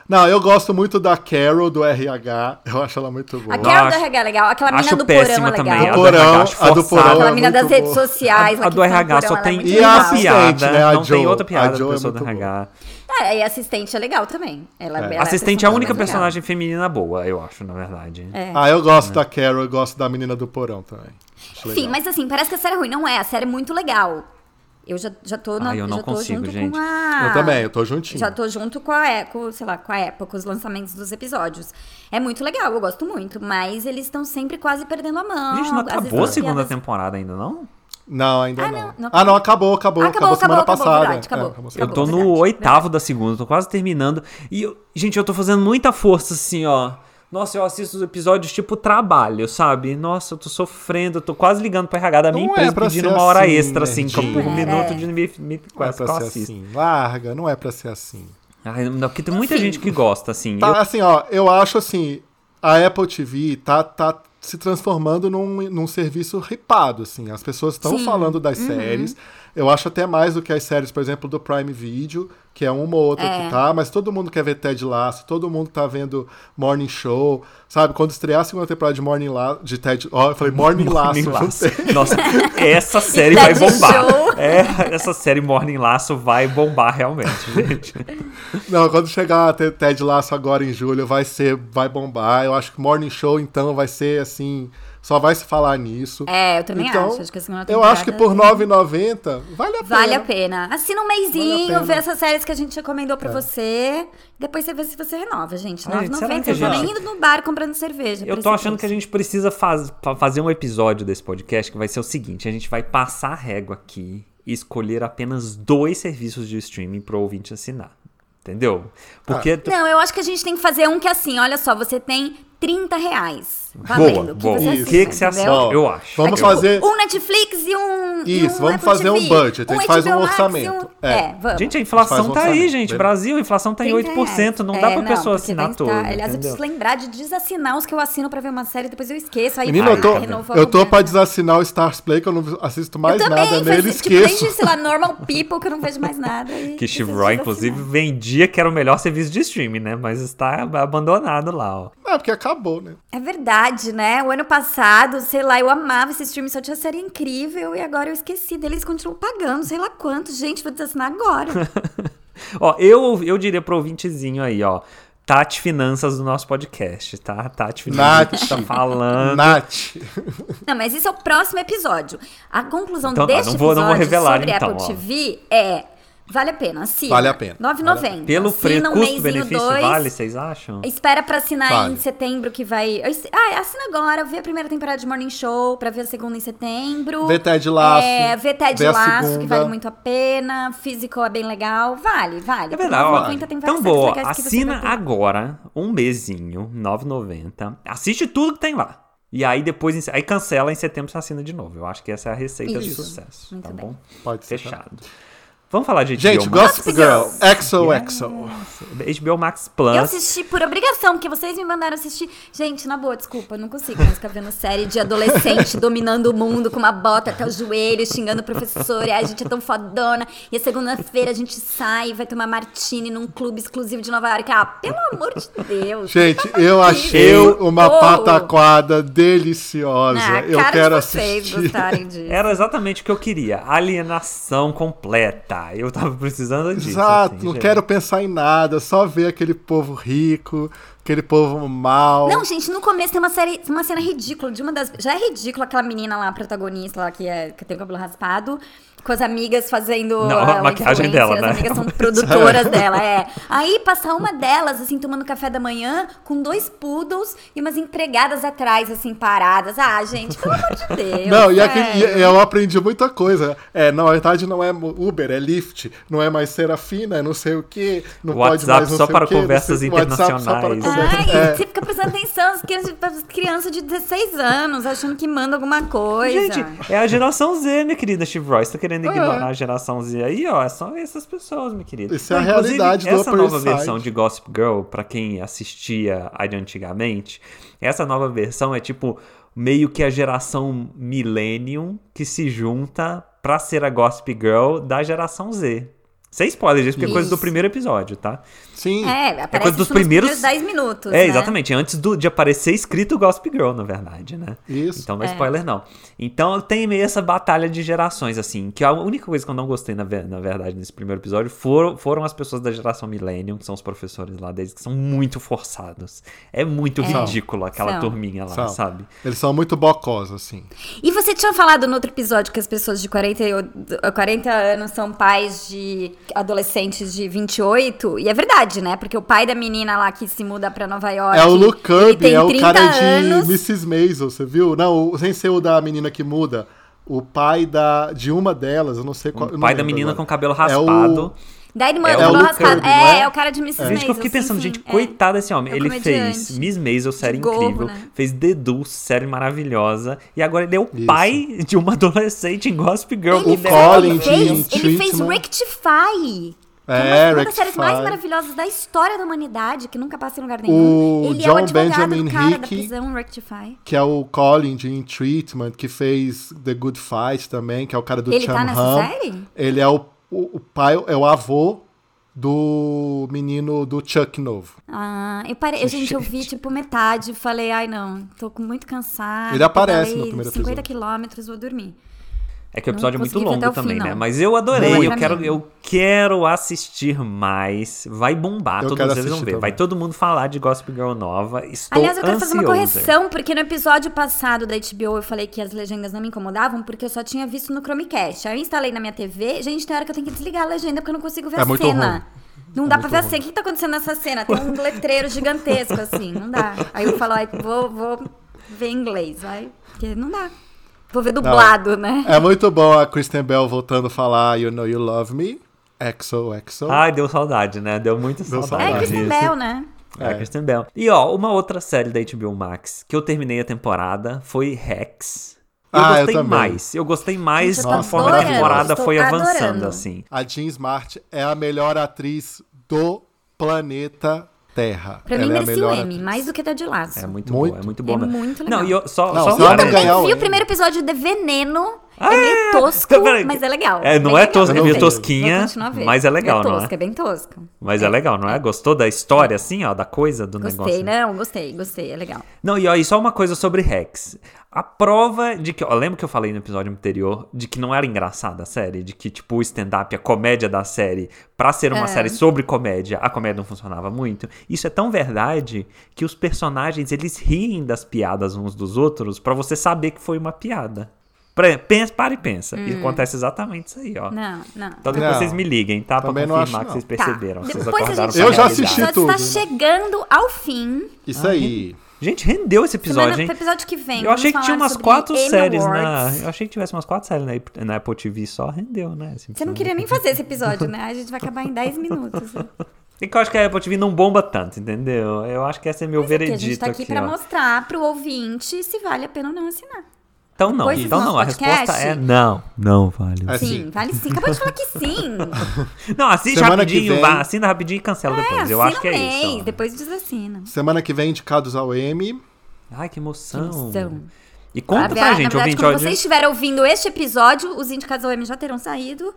Speaker 1: Não, eu gosto muito da Carol do RH. Eu acho ela muito boa.
Speaker 2: Aquela do
Speaker 3: acho-
Speaker 2: RH é legal, aquela
Speaker 3: acho
Speaker 2: menina do porão
Speaker 3: péssima
Speaker 2: é legal.
Speaker 3: também.
Speaker 1: A do Porão,
Speaker 3: acho
Speaker 1: a do
Speaker 3: forçada.
Speaker 1: Porão
Speaker 2: Aquela
Speaker 1: é
Speaker 2: menina das
Speaker 1: muito
Speaker 2: redes
Speaker 1: boa.
Speaker 2: sociais.
Speaker 3: a
Speaker 2: aqui
Speaker 3: do
Speaker 2: que tá no
Speaker 3: RH só
Speaker 2: porão, ela é
Speaker 3: tem
Speaker 2: muito
Speaker 1: E a
Speaker 3: uma
Speaker 2: legal.
Speaker 1: assistente,
Speaker 3: piada.
Speaker 1: né? A
Speaker 3: não tem
Speaker 1: Jo-
Speaker 3: outra
Speaker 1: a
Speaker 3: piada
Speaker 1: Jo é
Speaker 3: do pessoal do
Speaker 1: muito boa.
Speaker 3: RH.
Speaker 2: É, e a assistente é legal também. Ela, ela
Speaker 3: Assistente é a
Speaker 2: personagem
Speaker 3: única
Speaker 2: legal.
Speaker 3: personagem feminina boa, eu acho, na verdade.
Speaker 2: É.
Speaker 1: Ah, eu gosto da Carol, eu gosto da menina do porão também.
Speaker 3: é
Speaker 1: Acho
Speaker 2: Sim,
Speaker 1: legal.
Speaker 2: mas assim, parece que a série é ruim. Não é, a série é muito legal. Eu já, já tô na.
Speaker 3: Ai, eu não
Speaker 2: já tô
Speaker 3: consigo,
Speaker 2: junto
Speaker 3: gente.
Speaker 2: Com a...
Speaker 1: Eu também, eu tô juntinho.
Speaker 2: Já tô junto com a Eco, sei lá, com a época, com os lançamentos dos episódios. É muito legal, eu gosto muito, mas eles estão sempre quase perdendo a mão.
Speaker 3: Gente, não
Speaker 2: Às vezes
Speaker 3: acabou a
Speaker 2: as
Speaker 3: segunda
Speaker 2: piadas-
Speaker 3: temporada ainda, não?
Speaker 1: Não, ainda
Speaker 2: Ah,
Speaker 1: não.
Speaker 2: não, não
Speaker 1: Ah, não, acabou, acabou.
Speaker 2: Acabou,
Speaker 1: Acabou, semana
Speaker 2: acabou, acabou,
Speaker 1: passada.
Speaker 2: verdade, acabou.
Speaker 1: É,
Speaker 2: Acabou.
Speaker 3: Eu tô no
Speaker 2: verdade, né?
Speaker 3: oitavo da segunda, tô quase terminando. E, eu- gente, eu tô fazendo muita força assim, ó. Nossa, eu assisto os episódios tipo trabalho, sabe? Nossa, eu tô sofrendo, eu tô quase ligando pro RH da minha
Speaker 1: Não é
Speaker 3: empresa
Speaker 1: pra
Speaker 3: pedindo
Speaker 1: ser
Speaker 3: uma hora
Speaker 1: assim,
Speaker 3: extra, assim,
Speaker 1: gente.
Speaker 3: por
Speaker 1: Não
Speaker 3: minuto
Speaker 2: é.
Speaker 3: de me,
Speaker 1: Não
Speaker 3: me
Speaker 1: é
Speaker 3: quase
Speaker 1: pra
Speaker 3: que eu
Speaker 1: ser
Speaker 3: assisto.
Speaker 1: assim. Larga, não é pra ser assim.
Speaker 3: Ai, não, porque tem muita
Speaker 2: Enfim.
Speaker 3: gente que gosta, assim.
Speaker 1: Tá,
Speaker 3: Eu-
Speaker 1: assim, ó, eu acho assim, a Apple TV tá, tá se transformando num, num serviço ripado, assim. As pessoas estão
Speaker 2: Sim.
Speaker 1: falando das séries. Eu acho até mais do que as séries, por exemplo, do Prime Video, que é uma ou outra que tá, mas todo mundo quer ver Ted Lasso, todo mundo tá vendo Morning Show, sabe? Quando estrear a segunda temporada de Morning Lasso, de Ted, ó, eu falei Morning,
Speaker 3: Morning
Speaker 1: Laço,
Speaker 3: Laço. Nossa, essa série vai
Speaker 2: Ted
Speaker 3: bombar.
Speaker 2: tá Show.
Speaker 3: É, essa série Morning Laço vai bombar realmente, gente.
Speaker 1: Não, quando chegar a Te- Ted Lasso agora em julho, vai ser, vai bombar. Eu acho que Morning Show, então, vai ser assim, só vai se falar nisso.
Speaker 2: É, eu também
Speaker 1: Então,
Speaker 2: acho. Acho que é a segunda
Speaker 1: Eu
Speaker 2: temporada.
Speaker 1: acho que por R$ 9,90 vale a
Speaker 2: né? Vale a
Speaker 1: pena.
Speaker 2: pena. Assina um
Speaker 1: Vale a
Speaker 2: meizinho,
Speaker 1: pena. É.
Speaker 2: vê essas séries que a gente recomendou pra você. Depois você vê se você renova, gente.
Speaker 3: Ai, gente, será
Speaker 2: 9,90.
Speaker 3: que a
Speaker 2: Eu tô
Speaker 3: gente-
Speaker 2: nem indo no bar comprando cerveja.
Speaker 3: Eu
Speaker 2: por
Speaker 3: tô
Speaker 2: esse
Speaker 3: achando que a
Speaker 2: preço.
Speaker 3: gente precisa faz- fa- fazer um episódio desse podcast que vai ser o seguinte: a gente vai passar a régua aqui e escolher apenas dois serviços de streaming pro ouvinte assinar. Entendeu?
Speaker 1: Ah.
Speaker 3: Porque. é tu-
Speaker 2: Não, eu acho que a gente tem que fazer um que é assim, olha só, você tem 30 reais.
Speaker 3: Boa,
Speaker 2: Valendo.
Speaker 3: boa.
Speaker 2: que você
Speaker 1: Isso.
Speaker 3: O que, que você
Speaker 2: entendeu?
Speaker 3: assina? Eu acho.
Speaker 1: Vamos
Speaker 3: eu...
Speaker 1: fazer.
Speaker 2: Um Netflix e um. e
Speaker 1: Isso,
Speaker 2: um
Speaker 1: vamos
Speaker 2: Apple
Speaker 1: fazer um
Speaker 2: TV,
Speaker 1: budget, a gente faz um
Speaker 2: HBO Max e
Speaker 1: orçamento.
Speaker 2: É.
Speaker 1: É.
Speaker 2: vamos.
Speaker 3: Gente, a
Speaker 1: faz
Speaker 3: inflação
Speaker 1: um
Speaker 3: tá aí,
Speaker 1: orçamento,
Speaker 3: gente.
Speaker 1: beleza?
Speaker 3: Brasil, a inflação tá em
Speaker 2: 30
Speaker 3: 8%. Não
Speaker 2: reais.
Speaker 3: dá
Speaker 2: É,
Speaker 3: pra pessoa
Speaker 2: porque
Speaker 3: assinar
Speaker 2: vai
Speaker 3: tudo.
Speaker 2: estar- Aliás, eu
Speaker 3: entendeu?
Speaker 2: preciso lembrar de desassinar os que eu assino pra ver uma série, depois eu esqueço. Aí
Speaker 1: Menino, eu tô,
Speaker 2: vai, renovo a
Speaker 1: eu tô
Speaker 2: conta.
Speaker 1: pra desassinar o Stars Play, que eu não assisto
Speaker 2: Eu
Speaker 1: mais
Speaker 2: também,
Speaker 1: nada
Speaker 2: faz-
Speaker 1: nele,
Speaker 2: tipo, nem
Speaker 1: esqueço.
Speaker 2: de, sei lá, Normal People, que eu não vejo mais nada. e
Speaker 3: Que Steve
Speaker 2: preciso
Speaker 3: Roy, inclusive,
Speaker 2: desassinar.
Speaker 3: vendia que era o melhor serviço de streaming, né? Mas está abandonado lá, ó.
Speaker 1: É, porque acabou, né?
Speaker 2: É verdade, né? O ano passado, sei lá, eu amava esse streaming, só tinha série incrível e agora eu esqueci deles, continuam pagando, sei lá quanto. Gente, vou desassinar agora.
Speaker 3: Ó, eu, eu diria pro ouvintezinho aí, ó. Tati Finanças do nosso podcast, tá? Tati Finanças
Speaker 1: Nath.
Speaker 3: tá
Speaker 2: Ah.
Speaker 3: falando.
Speaker 1: Nath.
Speaker 2: Não, mas isso é o próximo episódio. A conclusão
Speaker 3: Então tá,
Speaker 2: deste
Speaker 3: não vou- não
Speaker 2: episódio
Speaker 3: vou revelar,
Speaker 2: sobre
Speaker 3: então,
Speaker 2: Apple
Speaker 3: ó.
Speaker 2: TV é... Vale a pena, assina.
Speaker 1: Vale a pena.
Speaker 2: R$ 9,90.
Speaker 3: Pelo
Speaker 2: assina
Speaker 3: preço
Speaker 2: um
Speaker 3: custo-benefício
Speaker 2: mêsinho, dois.
Speaker 3: vale, vocês acham?
Speaker 2: Espera pra assinar
Speaker 1: Vale.
Speaker 2: em setembro que vai. Ah, assina agora, vê a primeira temporada de Morning Show, pra ver a segunda em setembro.
Speaker 1: Vê Ted Lasso,
Speaker 2: É, vê Ted
Speaker 1: vê a
Speaker 2: Lasso, que
Speaker 1: segunda.
Speaker 2: vale muito a pena. Physical é bem legal. Vale, vale.
Speaker 3: É verdade, ó.
Speaker 2: 90 tem várias
Speaker 3: então boa,
Speaker 2: séries legais que você
Speaker 3: assina
Speaker 2: vai ter.
Speaker 3: agora, um bezinho, 9,90. Assiste tudo que tem lá. E aí depois, em- aí cancela em setembro você assina de novo. Eu acho que essa é a receita de
Speaker 2: Isso.
Speaker 3: sucesso,
Speaker 2: Muito
Speaker 3: tá
Speaker 2: bem.
Speaker 3: bom?
Speaker 1: Pode ser. tá?
Speaker 3: Fechado. Vamos falar de HBO
Speaker 1: Gente,
Speaker 3: Max.
Speaker 1: Gossip Girl. XOXO.
Speaker 3: HBO Max Plus.
Speaker 2: Eu assisti por obrigação, porque vocês me mandaram assistir. Gente, na boa, desculpa, eu não consigo mais ficar vendo série de adolescente dominando o mundo com uma bota até o joelho, xingando o professor. E, Ai, a gente é tão fodona. E a segunda-feira a gente sai e vai tomar martini num clube exclusivo de Nova York. Ah, pelo amor de Deus.
Speaker 1: Gente, eu achei
Speaker 3: Eu-
Speaker 1: uma
Speaker 2: Oh.
Speaker 1: pataquada deliciosa.
Speaker 2: Ah, cara
Speaker 1: eu quero
Speaker 2: de vocês
Speaker 1: assistir.
Speaker 2: gostarem disso.
Speaker 3: Era exatamente o que eu queria. Alienação completa. Eu tava precisando disso.
Speaker 1: Exato,
Speaker 3: assim,
Speaker 1: não
Speaker 3: gente.
Speaker 1: quero pensar em nada, só ver aquele povo rico, aquele povo mal.
Speaker 2: Não, gente, no começo tem uma, série, uma cena ridícula de uma das. Já é ridícula aquela menina lá, a protagonista lá, que, é, que tem o cabelo raspado, com as amigas fazendo.
Speaker 3: Não,
Speaker 2: ah,
Speaker 3: a
Speaker 2: o
Speaker 3: maquiagem
Speaker 2: influencer,
Speaker 3: dela, né?
Speaker 2: As amigas são produtoras dela, é. Aí passa uma delas, assim, tomando café da manhã, com dois poodles e umas empregadas atrás, assim, paradas. Ah, gente, pelo amor de Deus. é.
Speaker 1: Não, e, aquele- e
Speaker 2: sério.
Speaker 1: eu aprendi muita coisa. É, na verdade, não é Uber, é Lyft, não é mais Serafina, é não sei o quê. Não pode
Speaker 3: WhatsApp
Speaker 1: mais não
Speaker 3: só
Speaker 1: sei
Speaker 3: para
Speaker 1: o quê, não
Speaker 3: conversas
Speaker 1: sei- WhatsApp só para
Speaker 3: internacionais. né?
Speaker 1: conversas-
Speaker 2: Ai,
Speaker 1: É.
Speaker 2: você fica prestando atenção, as crianças- as crianças de 16 anos, achando que manda alguma coisa.
Speaker 3: Gente, é a geração Z, minha querida Steve Royce. Tá querendo ignorar
Speaker 1: É.
Speaker 3: a geração Z aí, ó. São essas pessoas, minha querida.
Speaker 1: Isso é a
Speaker 3: Inclusive,
Speaker 1: realidade do
Speaker 3: Essa
Speaker 1: Upper
Speaker 3: nova
Speaker 1: East Side.
Speaker 3: versão de Gossip Girl, pra quem assistia a de antigamente, essa nova versão é tipo meio que a geração Millennium que se junta pra ser a Gossip Girl da geração Z. Sem spoiler disso, porque é coisa do
Speaker 2: Isso.
Speaker 3: primeiro episódio, tá?
Speaker 1: Sim.
Speaker 2: É, aparece
Speaker 3: coisa dos
Speaker 2: isso nos
Speaker 3: primeiros-
Speaker 2: primeiros 10 minutos.
Speaker 3: É,
Speaker 2: né?
Speaker 3: exatamente. Antes do- de aparecer escrito Gossip Girl, na verdade, né?
Speaker 1: Isso.
Speaker 3: Então não é, spoiler, não. Então tem meio essa batalha de gerações, assim. Que a única coisa que eu não gostei, na, ver- na verdade, nesse primeiro episódio foram, foram as pessoas da geração Millennium, que são os professores lá deles, que são muito forçados. É muito ridículo aquela
Speaker 2: São.
Speaker 3: turminha lá,
Speaker 1: São.
Speaker 3: sabe?
Speaker 1: Eles são muito bocós, assim.
Speaker 2: E você tinha falado no outro episódio que as pessoas de 40, e o- 40 anos são pais de adolescentes de 28. E é verdade, né? Porque o pai da menina lá que se muda pra Nova York.
Speaker 1: É o Luke
Speaker 2: ele
Speaker 1: Kirby,
Speaker 2: tem
Speaker 1: é o
Speaker 2: 30
Speaker 1: cara
Speaker 2: anos.
Speaker 1: de Mrs. Maisel, você viu? Não, o- sem ser o da menina que muda. O pai da, de uma delas, eu não sei qual. eu
Speaker 3: O
Speaker 1: não
Speaker 3: Um pai da
Speaker 1: lembro
Speaker 3: menina
Speaker 1: agora.
Speaker 3: com cabelo
Speaker 1: É o-
Speaker 3: raspado.
Speaker 2: Daí ele
Speaker 3: É
Speaker 2: manda
Speaker 3: o
Speaker 2: o
Speaker 3: Luke
Speaker 2: raspado.
Speaker 1: Kirby,
Speaker 2: É,
Speaker 1: né?
Speaker 2: é o cara de Miss
Speaker 3: Gente, que eu fiquei pensando, gente, coitado desse homem.
Speaker 2: É um
Speaker 3: ele
Speaker 2: comediante.
Speaker 3: fez Miss Maisel, série
Speaker 2: De gorro,
Speaker 3: incrível.
Speaker 2: né?
Speaker 3: Fez Dedu, série maravilhosa. E agora ele é o
Speaker 1: Isso.
Speaker 3: pai de uma adolescente em Gossip Girl.
Speaker 1: O
Speaker 3: Ele é-
Speaker 1: Colin
Speaker 2: ele fez,
Speaker 1: de
Speaker 2: ele fez
Speaker 1: Treatment.
Speaker 2: Rectify. que
Speaker 1: É,
Speaker 2: uma das séries mais
Speaker 1: Rectify.
Speaker 2: maravilhosas da história da humanidade, que nunca passa em lugar nenhum.
Speaker 1: O
Speaker 2: ele é o
Speaker 1: John
Speaker 2: advogado
Speaker 1: Benjamin
Speaker 2: do cara da
Speaker 1: Hickey.
Speaker 2: prisão Rectify.
Speaker 1: Que é o Colin de In Treatment, que fez The Good Fight também, que é o cara do
Speaker 2: Ele
Speaker 1: Chan
Speaker 2: tá nessa
Speaker 1: Han.
Speaker 2: série?
Speaker 1: Ele é o, o, o pai, é o avô do menino do Chuck novo.
Speaker 2: Ah, eu parei, gente, eu vi tipo metade, falei, ai não, tô com muito cansado.
Speaker 1: Ele aparece
Speaker 2: pedalei
Speaker 1: no primeiro
Speaker 2: 50
Speaker 1: episódio.
Speaker 2: quilômetros, vou dormir.
Speaker 3: É que o
Speaker 2: Não
Speaker 3: episódio é muito
Speaker 2: consegui ver até
Speaker 3: longo
Speaker 2: o fim,
Speaker 3: também, né?
Speaker 2: não.
Speaker 3: Mas eu adorei,
Speaker 2: Não é
Speaker 3: eu
Speaker 2: pra
Speaker 3: quero,
Speaker 2: mim.
Speaker 3: eu quero assistir mais. Vai bombar,
Speaker 1: Eu
Speaker 3: todos
Speaker 1: quero
Speaker 3: vocês vão ver.
Speaker 1: assistir também.
Speaker 3: Vai todo mundo falar de Gossip Girl nova. Estou
Speaker 2: Aliás, eu quero fazer uma
Speaker 3: ansioso.
Speaker 2: correção, porque no episódio passado da HBO eu falei que as legendas não me incomodavam, porque eu só tinha visto no Chromecast. Aí eu instalei na minha TV, gente, tem hora que eu tenho que desligar a legenda, porque eu não consigo ver
Speaker 1: É
Speaker 2: a
Speaker 1: muito É
Speaker 2: cena. Não dá pra
Speaker 1: muito
Speaker 2: ver a
Speaker 1: ruim.
Speaker 2: cena. O que que tá acontecendo nessa cena? Tem um letreiro gigantesco, assim, não dá. Aí eu falo, ai, vou, vou ver em inglês, vai. Porque não dá. Vou ver dublado, né?
Speaker 1: É muito bom a Kristen Bell voltando a falar You Know You Love Me, XOXO.
Speaker 3: Ai, deu saudade, né? Deu muita
Speaker 1: Deu
Speaker 3: saudade.
Speaker 1: saudade.
Speaker 2: É
Speaker 1: Ah,
Speaker 2: a Kristen
Speaker 3: disso.
Speaker 2: Bell, né?
Speaker 3: É, a
Speaker 1: É.
Speaker 3: Kristen Bell. E ó, uma outra série da HBO Max que eu terminei a temporada foi Rex.
Speaker 1: Ah,
Speaker 3: Eu
Speaker 1: eu
Speaker 3: gostei
Speaker 1: também.
Speaker 3: mais. Eu gostei mais
Speaker 2: Gente, eu tô
Speaker 3: conforme a
Speaker 1: adorando,
Speaker 3: temporada
Speaker 2: estou
Speaker 3: foi avançando,
Speaker 2: adorando.
Speaker 3: assim.
Speaker 1: A Jean Smart é a melhor atriz do planeta Terra.
Speaker 2: Pra
Speaker 1: Ela
Speaker 2: mim
Speaker 1: é a
Speaker 2: merecia o
Speaker 1: melhor
Speaker 2: M,
Speaker 1: atriz.
Speaker 2: mais do que até de laço.
Speaker 3: É muito,
Speaker 1: Muito.
Speaker 3: boa, é muito boa.
Speaker 2: É
Speaker 3: mesmo.
Speaker 2: muito
Speaker 3: Não,
Speaker 2: legal.
Speaker 3: e eu, só,
Speaker 1: Não,
Speaker 3: só um
Speaker 1: se ela não
Speaker 3: parênteses.
Speaker 1: ganhar
Speaker 2: Eu
Speaker 1: o
Speaker 2: vi o
Speaker 1: M.
Speaker 2: primeiro episódio de Veneno É meio tosco,
Speaker 3: Então, peraí.
Speaker 2: mas é legal.
Speaker 3: É, não
Speaker 2: Bem
Speaker 3: é
Speaker 2: legal,
Speaker 3: tosco, é meio
Speaker 2: gostei.
Speaker 3: tosquinha,
Speaker 2: Vou continuar vendo.
Speaker 3: mas é legal,
Speaker 2: meio
Speaker 3: não é?
Speaker 2: tosco, é bem tosco.
Speaker 1: Um
Speaker 3: Mas é, legal, não é? Gostou da história, assim, ó, da coisa, do
Speaker 2: Gostei,
Speaker 1: assim.
Speaker 2: né?
Speaker 3: negócio? né?
Speaker 2: não, gostei, gostei, é legal.
Speaker 3: Não, e ó, e só uma coisa sobre Rex. A prova de que. Ó, lembra que eu falei no episódio anterior de que não era engraçada a série? De que, tipo, o stand-up, a comédia da série, pra ser uma
Speaker 2: É.
Speaker 3: série sobre comédia, a comédia não funcionava muito. Isso é tão verdade que os personagens, eles riem das piadas uns dos outros pra você saber que foi uma piada. Pra, pensa, para e pensa. E acontece exatamente isso aí, ó.
Speaker 2: Hum. Não, não.
Speaker 3: Então depois
Speaker 1: Não.
Speaker 3: vocês me liguem, tá? Pra
Speaker 1: Também não
Speaker 3: confirmar
Speaker 1: acho,
Speaker 3: que
Speaker 1: não.
Speaker 3: vocês perceberam.
Speaker 2: Tá.
Speaker 3: Vocês
Speaker 2: Depois a
Speaker 3: acordaram
Speaker 2: gente
Speaker 3: com a
Speaker 1: Eu já
Speaker 2: O
Speaker 1: assisti
Speaker 3: realidade.
Speaker 2: episódio está
Speaker 1: tudo, né?
Speaker 2: chegando ao fim.
Speaker 1: Isso aí.
Speaker 3: Gente, rendeu esse episódio,
Speaker 2: Semana,
Speaker 3: hein?
Speaker 2: episódio que vem.
Speaker 3: Eu achei que
Speaker 2: vamos
Speaker 3: tinha
Speaker 2: falar
Speaker 3: umas
Speaker 2: sobre
Speaker 3: quatro
Speaker 2: Emmy
Speaker 3: séries
Speaker 2: Awards.
Speaker 3: na. Eu achei que tivesse umas quatro séries na, na Apple TV só, rendeu, né? esse
Speaker 2: Você não
Speaker 3: episódio.
Speaker 2: queria nem fazer esse episódio, né? A gente vai acabar em 10 minutos. né?
Speaker 3: É que eu acho que a Apple TV não bomba tanto, entendeu? Eu acho que esse é meu
Speaker 2: Porque
Speaker 3: veredito
Speaker 2: a gente tá aqui pra
Speaker 3: ó.
Speaker 2: mostrar pro ouvinte se vale a pena ou não assinar.
Speaker 3: Então não,
Speaker 2: Depois do
Speaker 3: então não. A
Speaker 2: nosso podcast-
Speaker 3: resposta é não. Não vale.
Speaker 1: Assim,
Speaker 2: Sim, vale sim. Acabou de falar que sim.
Speaker 3: Não, assiste
Speaker 1: É, Semana que
Speaker 3: rapidinho,
Speaker 1: vem-
Speaker 3: vá, assina rapidinho e cancela
Speaker 2: É,
Speaker 3: depois. Eu
Speaker 2: assina
Speaker 3: acho que
Speaker 2: um
Speaker 3: é
Speaker 2: mês,
Speaker 3: isso. ó.
Speaker 2: depois assim, né? desassina.
Speaker 1: Semana que vem, indicados ao M.
Speaker 3: Ai, que emoção.
Speaker 2: emoção.
Speaker 3: E conta
Speaker 2: na
Speaker 3: pra,
Speaker 2: verdade,
Speaker 3: gente,
Speaker 2: na verdade,
Speaker 3: ouvinte,
Speaker 2: quando
Speaker 3: ó,
Speaker 2: vocês estiverem ouvindo este episódio, os indicados OM já terão saído.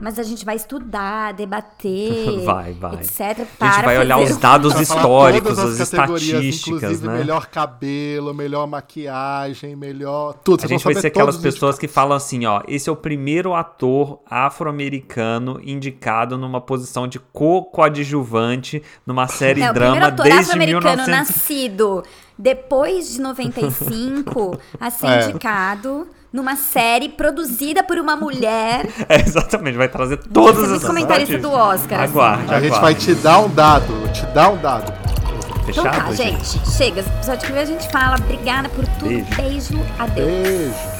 Speaker 2: Mas a gente vai estudar, debater,
Speaker 3: Vai, vai.
Speaker 2: etc.
Speaker 3: a
Speaker 2: Para
Speaker 3: gente vai olhar
Speaker 2: fazer
Speaker 3: os
Speaker 2: um-
Speaker 3: dados
Speaker 1: Pra falar
Speaker 3: históricos,
Speaker 1: todas
Speaker 3: as,
Speaker 1: categorias,
Speaker 3: estatísticas,
Speaker 1: inclusive
Speaker 3: né?
Speaker 1: melhor cabelo, melhor maquiagem, melhor tudo.
Speaker 3: A
Speaker 1: Vocês
Speaker 3: gente
Speaker 1: vão
Speaker 3: vai
Speaker 1: saber
Speaker 3: ser aquelas
Speaker 1: todos os
Speaker 3: pessoas que falam assim, ó, esse é o primeiro ator afro-americano indicado numa posição de co-coadjuvante numa série
Speaker 2: É, o primeiro
Speaker 3: drama
Speaker 2: ator
Speaker 3: desde
Speaker 2: afro-americano
Speaker 3: 1900.
Speaker 2: nascido depois de 95 a ser
Speaker 1: É.
Speaker 2: indicado numa série produzida por uma mulher.
Speaker 3: É, exatamente, vai trazer todas
Speaker 2: muito
Speaker 3: as
Speaker 2: comentarista do Oscar, assim.
Speaker 3: Aguarde,
Speaker 1: A gente vai te dar um dado, te dar um dado.
Speaker 2: Então
Speaker 3: Fechado,
Speaker 2: tá, gente. Chega. Esse episódio que vem a gente fala. Obrigada por tudo.
Speaker 3: Beijo.
Speaker 2: Beijo. Adeus.
Speaker 1: Beijo.